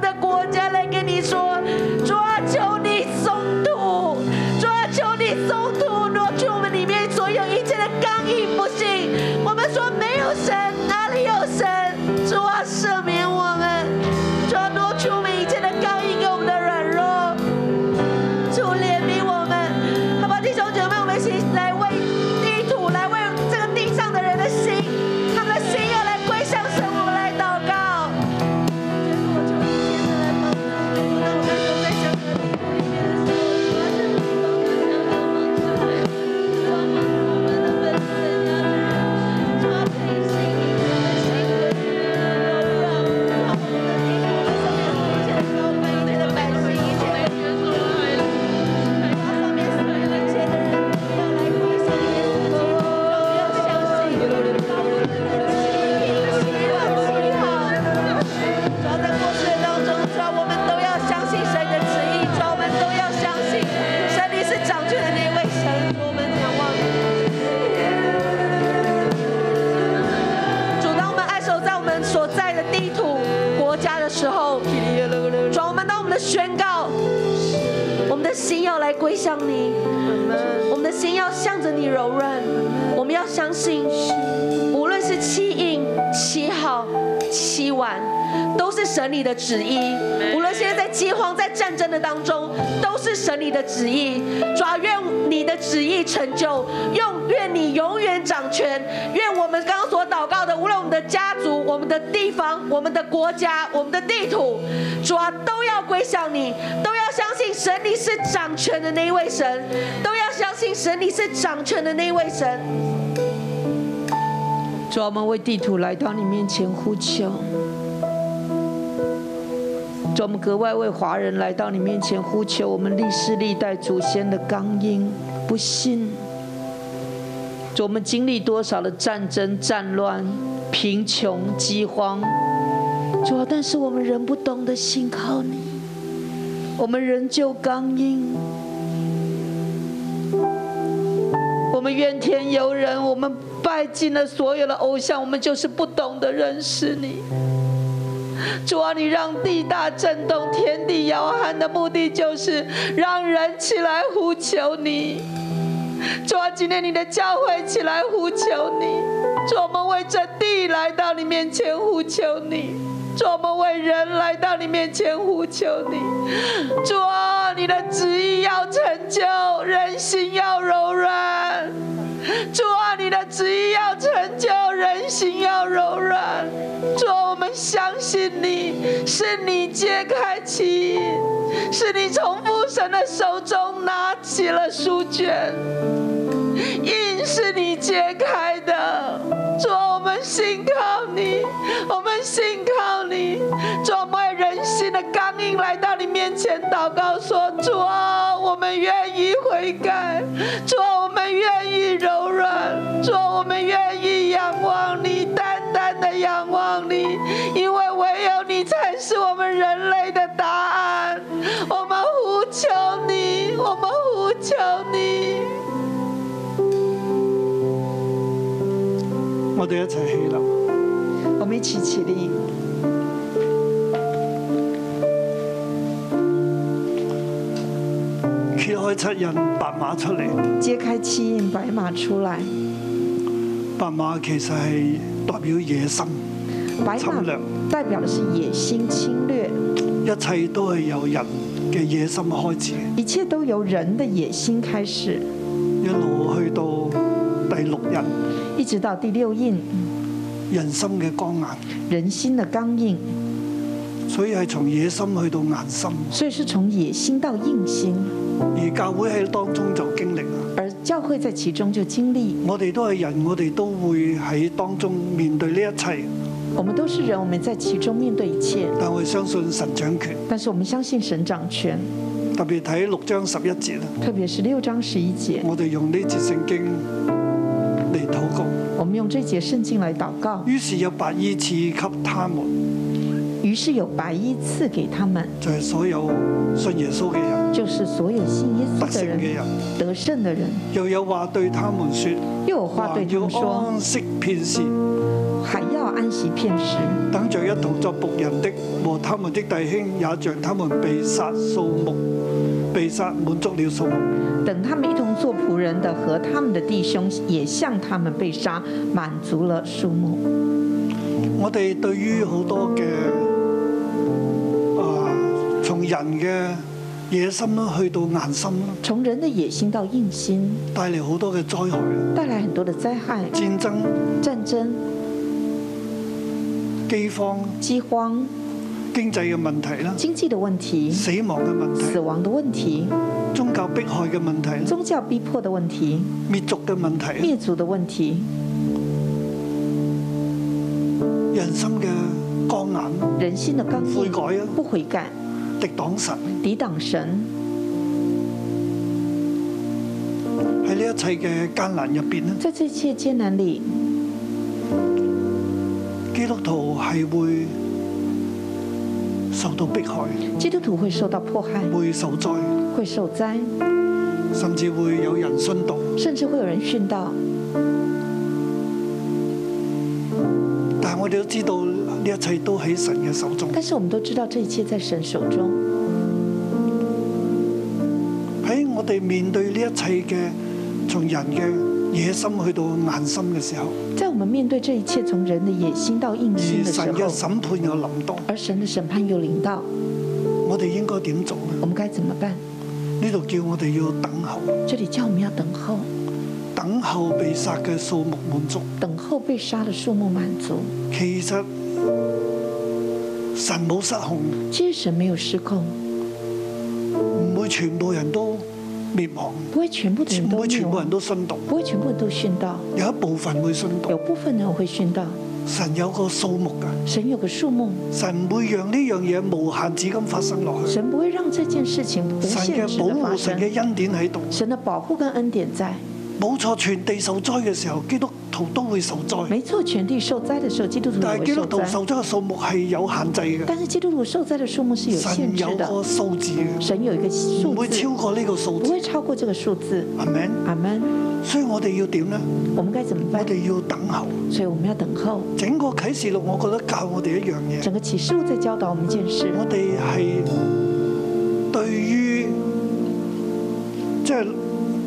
S5: 时候，主啊，我们当我们的宣告，我们的心要来归向你，我们的心要向着你柔软，我们要相信，无论是七应、七号、七晚，都是神你的旨意。无论现在在饥荒、在战争的当中，都是神你的旨意。主啊，愿你的旨意成就，用愿你永远掌权。愿我们刚刚所祷告的，无论我们的家族、我们的地方、我们的国家、我们的地土，主啊，都要归向你，都要相信神你是掌权的那一位神，都要相信神你是掌权的那一位神。
S3: 主啊，我们为地图来到你面前呼求。主啊，我们格外为华人来到你面前呼求，我们历世历代祖先的刚硬、不信。主，我们经历多少的战争、战乱、贫穷、饥荒，主啊，但是我们仍不懂得信靠你，我们仍旧刚硬。我们怨天尤人，我们拜尽了所有的偶像，我们就是不懂得认识你。主啊，你让地大震动，天地摇撼的目的就是让人起来呼求你。主啊，今天你的教会起来呼求你。主啊，我们为这地来到你面前呼求你。主啊，我们为人来到你面前呼求你。主啊，你的旨意要成就，人心要柔软。主啊，你的旨意要成就，人心要柔软。主啊，我们相信你，是你揭开奇异，是你从父神的手中拿起了书卷，印是你揭开的。主啊，我们信靠你，我们信靠你。主啊，我们为人心的刚硬来到你面前祷告说：主啊，我们愿意悔改，主啊，我们愿意柔软，主啊，我们愿意仰望你，单单的仰望你，因为唯有你才是我们人类的答案。我们呼求你，我们呼求你。
S2: 我哋一齊起立。
S3: 我们一起起立。
S2: 揭開七印白馬出嚟，
S3: 揭开七印白马出来，
S2: 白馬其實係代表野心，
S3: 白
S2: 侵
S3: 马
S2: 略
S3: 代表的是野心侵略，
S2: 一切都係由人嘅野心開始，
S3: 一切都由人的野心开始，
S2: 一路去到第六印，
S3: 一直到第六印，
S2: 人心嘅光硬，
S3: 人心的刚硬，
S2: 所以係從野心去到硬心，
S3: 所以是从野心到硬心，
S2: 而教會喺當中就經歷啦。
S3: 而教会在其中就经历，
S2: 我哋都係人，我哋都會喺當中面對呢一切，
S3: 我们都是人，我们在其中面对一切，
S2: 但我哋相信神掌權，
S3: 但是我们相信神掌权，
S2: 特別睇六章十一節啦，
S3: 特別是六章十一节，
S2: 我哋用呢節聖經嚟禱告。
S3: 我们用这节圣经来祷告。
S2: 於是有白衣賜給他們，
S3: 于是有白衣赐给他们，
S2: 就係、所有信耶穌嘅人，
S3: 就是所有信耶
S2: 得
S3: 稣
S2: 勝
S3: 的
S2: 嘅
S3: 人、
S2: 人。
S3: 得胜的人。
S2: 又有話對他們說：
S3: 又有话对
S2: 還
S3: 他
S2: 要
S3: 们说
S2: 安息片時，：“
S3: 还要安息片时。”
S2: 等着一同作仆人的和他們的弟兄，也像他們被殺數目，被殺滿足了數目。
S3: 等他们一同做仆人的和他们的弟兄也向他们被杀，满足了数目。
S2: 我哋對於好多嘅啊，從人嘅野心啦，去到硬心啦，
S3: 从人的野心到硬心，
S2: 帶嚟好多嘅災害、
S3: 带来很多的灾害、
S2: 戰爭、
S3: 战争、
S2: 饑荒、
S3: 饥荒、
S2: 經濟嘅問題啦、
S3: 经济的问题、
S2: 死亡嘅問題
S3: 死、亡的问题、
S2: 宗教迫害嘅問題、
S3: 宗教逼迫的问题、
S2: 滅族嘅問題、
S3: 灭族的问题、
S2: 人心嘅光眼、
S3: 人性的刚
S2: 悔
S3: 硬
S2: 改啊、
S3: 不悔改、
S2: 敵擋神，
S3: 抵挡神，
S2: 喺呢一切嘅艱難入邊咧，
S3: 在这一切艰难里，
S2: 基督徒係會受到迫害、
S3: 基督徒会受到迫害，
S2: 會受災，
S3: 会受灾，
S2: 甚至會有人殉道。
S3: 甚至会有人殉道。
S2: 但係我哋都知道呢呢一切都喺神嘅手中。
S3: 但是我们都知道这一切在神手中。
S2: 喺我哋面對呢一切嘅從人嘅野心去到硬心嘅時候，
S3: 在我们面对这一切从人的野心到硬心
S2: 而
S3: 的时
S2: 神嘅
S3: 候，
S2: 審判又臨到，
S3: 而神的审判又临到，
S2: 我哋應該點做呢？
S3: 我们该怎么办？
S2: 呢度叫我哋要等候，
S3: 这里叫我们要等候，
S2: 等候被殺嘅數目滿足。
S3: 等候被杀的数目满足。
S2: 其實神冇失控，
S3: 其实神没有失控，
S2: 唔會全部人都滅亡，
S3: 不会全部的人
S2: 唔
S3: 都
S2: 會全部
S3: 灭
S2: 人
S3: 亡
S2: 都殉道，
S3: 不会全部人都殉道，
S2: 有一部分會殉道
S3: 有。部分人会殉道。
S2: 神有個數目㗎，
S3: 神有个数目，
S2: 神唔會讓呢樣嘢無限止咁發生落去。
S3: 神不会让这件事情无
S2: 神
S3: 限
S2: 嘅
S3: 制
S2: 保
S3: 的发
S2: 護，神
S3: 生。
S2: 嘅恩典喺度。
S3: 神的保护跟恩典在，
S2: 冇錯，全地受災嘅時候，基督徒都會受災，
S3: 没错，全地受灾的时候，基督徒也
S2: 但係
S3: 会
S2: 基督
S3: 受
S2: 徒
S3: 灾，
S2: 受災嘅數目係有限制嘅。
S3: 但是基督徒受灾的数目是有限
S2: 神
S3: 制
S2: 有個
S3: 的。
S2: 數字嘅，
S3: 神有一个
S2: 唔
S3: 数
S2: 會
S3: 字
S2: 超，過呢個數
S3: 不
S2: 字，
S3: 会超过这个数字。
S2: 係咪？
S3: 阿门。
S2: 所以我哋要點呢？
S3: 我们该怎么
S2: 我
S3: 办？
S2: 哋要等候。
S3: 所以我们要等候。
S2: 整個啟示錄，我覺得教我哋一樣嘢，
S3: 整个启示录在教导我们一件事：
S2: 我哋係對於即係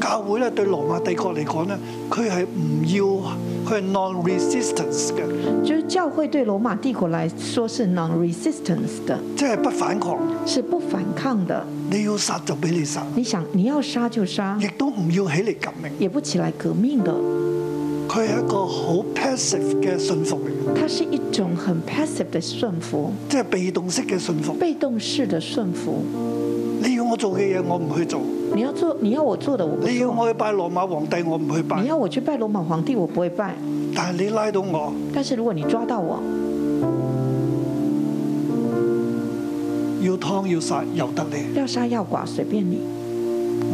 S2: 教會咧，對羅馬帝國嚟講咧，佢係唔要，佢係 non-resistance 嘅，
S3: 就是教会对罗马帝国来说是 non-resistance 的，
S2: 即係不反抗。
S3: 是不反抗的。
S2: 你要殺就俾你殺，
S3: 你想，你要杀就杀
S2: 亦，都唔要起嚟革命。
S3: 也不起来革命的。
S2: 佢係一個好 passive 嘅信服嚟嘅，
S3: 它是一种很 passive 的顺服，
S2: 即係被動式嘅信服。
S3: 被动式的顺服。
S2: 你要我做嘅嘢，我唔去做；
S3: 你要做，你要我做的，我不
S2: 你要
S3: 做。
S2: 我去拜羅馬皇帝，我唔去拜
S3: 你。要我去拜罗马皇帝，我不会拜。
S2: 但係你拉到我，
S3: 但是如果你抓到我，
S2: 要劏要殺由得你，
S3: 要杀要剐随便你，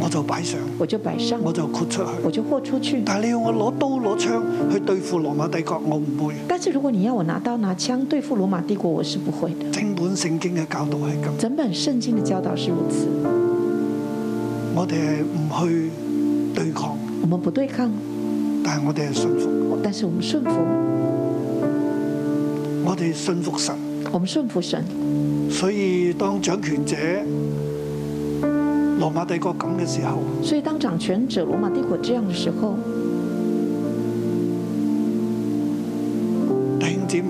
S2: 我就擺上，
S3: 我就摆上，
S2: 我就豁出去。
S3: 我就豁出去。
S2: 但係你要我攞刀攞槍去對付羅馬帝國，我唔會。
S3: 但是如果你要我拿刀拿枪对付罗马帝国，我是不会的。
S2: 正本聖經嘅教導係咁，
S3: 整本圣经的教导是如此，
S2: 我哋係唔去對抗，
S3: 我们不对抗，
S2: 但係我哋係信服，
S3: 但是我们顺服，
S2: 我哋信服神。
S3: 我们顺服神。
S2: 所以當掌權者羅馬帝國咁嘅時候，
S3: 所以当掌权者罗马帝国这样的时候，
S2: 弟兄姊妹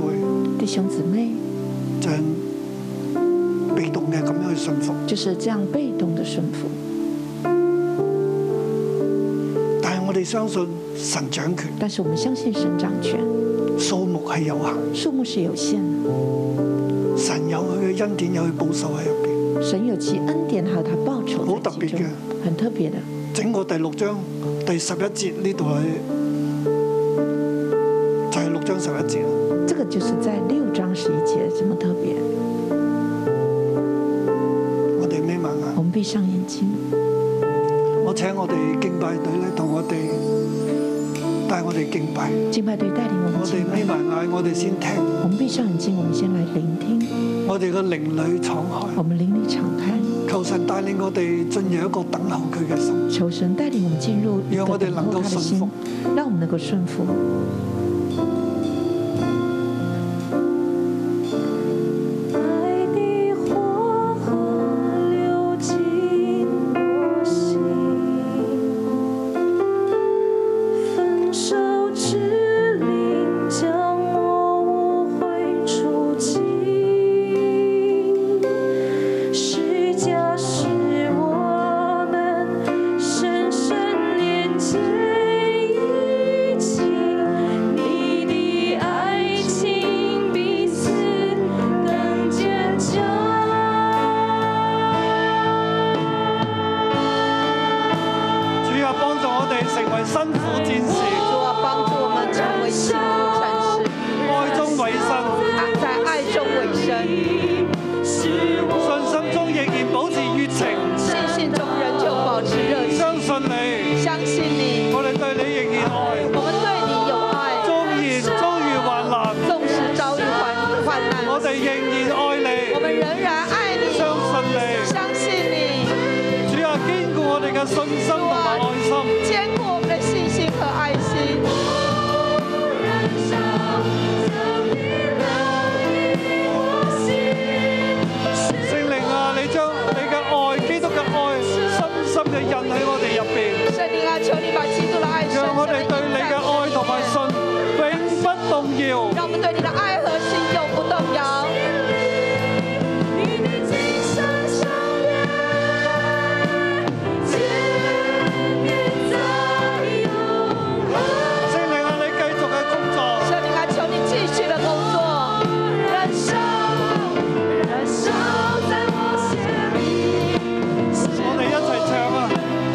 S3: 弟兄姊妹
S2: 就係被動嘅咁樣去信服，
S3: 就是这样被动的顺服。
S2: 但係我哋相信神掌權，
S3: 但是我们相信神掌权，
S2: 數目係有限，
S3: 数目是有限的，
S2: 神有佢嘅恩典，有佢保守喺入邊。
S3: 神有其恩典，还有他报酬
S2: 好
S3: 在
S2: 特别
S3: 其中
S2: 嘅，
S3: 很特别的。
S2: 整個第六章第十一節呢度係就係六章十一節啦。
S3: 这个就是在六章十一节这么特别。
S2: 我哋眯埋眼，
S3: 我们闭上眼睛，
S2: 我請我哋敬拜隊咧同我哋帶我哋敬拜，
S3: 敬拜队带领我们
S2: 我哋
S3: 敬
S2: 眯
S3: 拜。
S2: 埋眼，我哋先聽。
S3: 我们闭上眼睛，我们先来聆听，
S2: 我哋嘅靈裏敞
S3: 我
S2: 開，
S3: 们邻里敞开，
S2: 求神帶領我哋進入一個等候佢嘅心。
S3: 求神带领我们进入一
S2: 让我
S3: 个
S2: 哋
S3: 等
S2: 能够
S3: 候他的
S2: 顺
S3: 心
S2: 服，
S3: 让我们能够顺服。
S9: 爱的火河流进我心，分手之灵将我无悔除尽。释迦是我们深深连接一起，你的爱情彼此更坚强。
S2: 主啊，幫助我哋成為辛苦戰士，
S5: 主啊，帮助我们成为幸福战士，
S2: 愛中委身，
S5: 啊在爱中委身，
S9: 是我
S2: 信心中仍然保持熱情，
S5: 信心中仍旧保持热情，
S2: 相信你，
S5: 相信你，
S2: 我哋對你仍然愛。
S5: 我们对你有爱，
S2: 縱然遭遇患難，
S5: 纵使遭遇患患难，
S2: 我哋仍然愛
S5: 我
S2: 你，
S5: 们仍然爱你，
S2: 相信你。
S5: 相信你，
S2: 主啊，堅固我哋嘅信心同埋愛心，
S5: 坚固我们的信心和爱心。
S9: 燃烧，曾明亮的
S2: 啊
S5: 啊
S2: 動搖。
S5: 让我们对你的爱和信用不动摇。
S9: 与你今生相约，见面在永恒。
S2: 聖靈啊，你繼續嘅工作，
S5: 圣灵啊，求你继续的工作，
S9: 燃烧，燃烧在我心里。
S2: 我哋一齊唱啊！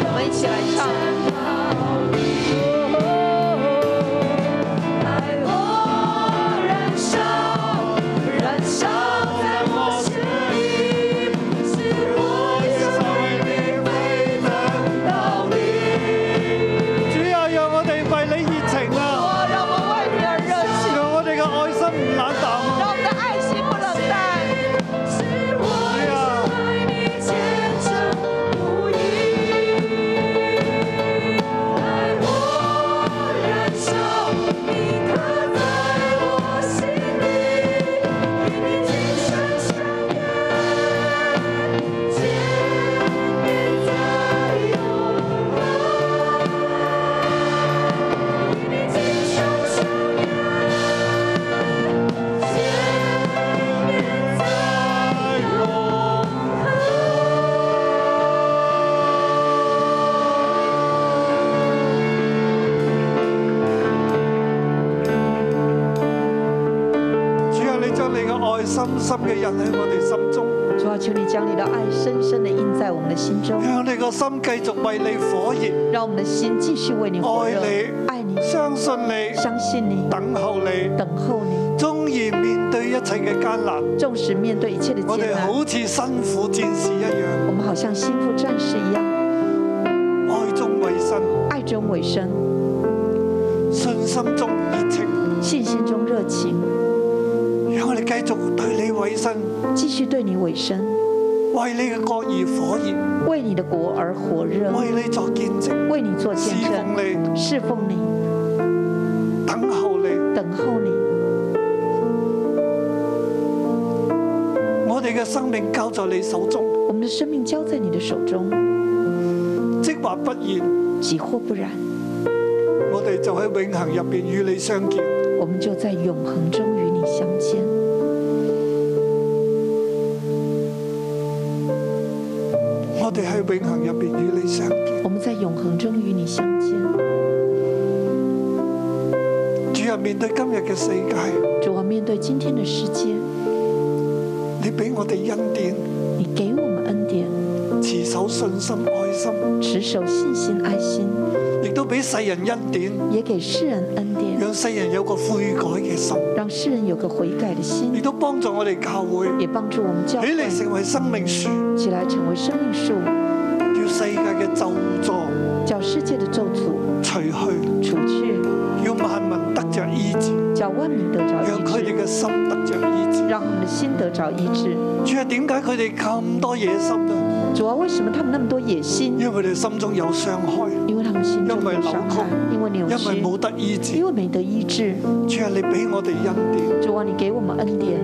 S5: 我们一起来唱。
S9: 爱
S5: 哦
S9: 火燃烧，燃烧在我心里，是我
S2: 一
S9: 愿
S2: 生為你飛奔到你主啊，讓我哋為你熱情啊！
S5: 哦，让我们为你而热情，
S2: 讓我哋嘅愛心唔冷淡啊！
S5: 让我们的爱心不冷淡。
S9: 是我一生为你虔诚不移。爱火燃烧，你刻在我心里，与你今生相约，见面在永恒。与你今生相约，见面在永恒。
S2: 主啊，你將你嘅愛深深嘅印喺我哋心中，
S3: 主啊，求你将你的爱深深的印在我们的心中，
S2: 讓我哋個心繼續為你火熱，
S3: 让我们的心继续为你火热
S2: 爱你，
S3: 爱你，
S2: 相信你，
S3: 相信你，
S2: 等候你，
S3: 等候你。
S2: 縱然面對一切嘅艱難，
S3: 纵使面对一切的
S2: 我
S3: 艰
S2: 哋
S3: 难，
S2: 好似辛苦戰士一樣，
S3: 我们好像心腹战士一样，
S2: 愛中為身，
S3: 爱中委身，
S2: 信心中熱情，
S3: 信心中热情，
S2: 讓我哋繼續對你委身，
S3: 继续对你委身，
S2: 為你嘅國而火熱，
S3: 为你的国而火热，
S2: 為你作見證，
S3: 为你做见
S2: 侍奉
S3: 证，
S2: 你。
S3: 侍奉你，
S2: 等候你，
S3: 等候你。
S2: 我哋嘅生命交在你手中，
S3: 我们的生命交在你的手中，
S2: 即或不然，
S3: 即或不然，
S2: 我哋就喺永恆入邊與你相見。
S3: 我们就在永恒中与你相见。
S2: 我哋喺永恆入邊與你相見。
S3: 我们在永恒中与你相见。
S2: 主啊，面對今日嘅世界，
S3: 主啊，面对今天的世界，
S2: 你俾我哋恩典，
S3: 你给我们恩典，
S2: 持守信心、愛心，
S3: 持守信心、爱心，
S2: 亦都俾世人恩典，
S3: 也给世人恩典，
S2: 讓世人有個悔改嘅心，
S3: 让世人有个悔改的心
S2: 亦，都幫助我哋教會
S3: 也帮助我们教
S2: 起嚟
S3: 会
S2: 成為生命樹，
S3: 起来成为生命树，
S2: 要世界嘅咒詛
S3: 叫世界的咒诅
S2: 除去，
S3: 除去，
S2: 要萬民得着醫治，
S3: 叫万民得着
S2: 讓
S3: 医
S2: 佢哋
S3: 治，
S2: 嘅心得着醫治。
S3: 让他们的心得着医治。
S2: 主啊，點解佢哋咁多野心呢？
S3: 主啊，为什么他们那么多野心？
S2: 因為佢哋心中有傷害，
S3: 因为他们心中
S2: 因为
S3: 有
S2: 扭曲
S3: 伤害，因为扭
S2: 因為
S3: 曲，
S2: 冇得醫
S3: 因
S2: 治。
S3: 为没得医治。
S2: 主啊，你俾我哋恩典，
S3: 主啊，你给我们恩典，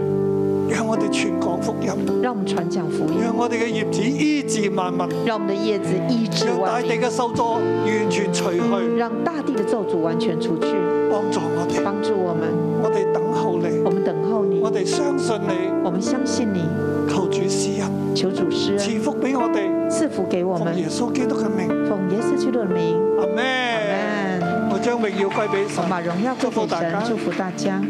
S2: 讓我哋全港福音，
S3: 让我们传讲福音，
S2: 讓我哋嘅葉子醫治萬民，
S3: 让我们的叶子医治
S2: 讓大
S3: 万
S2: 地
S3: 民。
S2: 嘅受助完全除去，
S3: 让大地的咒诅完全除去，
S2: 幫助我哋。
S3: 帮助我们，
S2: 我哋等候你，
S3: 我们等候你
S2: 我，哋相信你，
S3: 我们相信你，
S2: 求主施恩，
S3: 求主施恩
S2: 賜福俾我哋，
S3: 赐福给我
S2: 奉耶
S3: 们，
S2: 穌基督嘅名，
S3: 奉耶稣基督的名，
S2: 阿
S3: 阿
S2: 咩？
S3: 门。
S2: 我將榮耀歸俾
S3: 我
S2: 神
S3: 们，把荣耀归
S2: 祝福
S3: 给
S2: 大
S3: 神
S2: 家，
S3: 祝。福大家。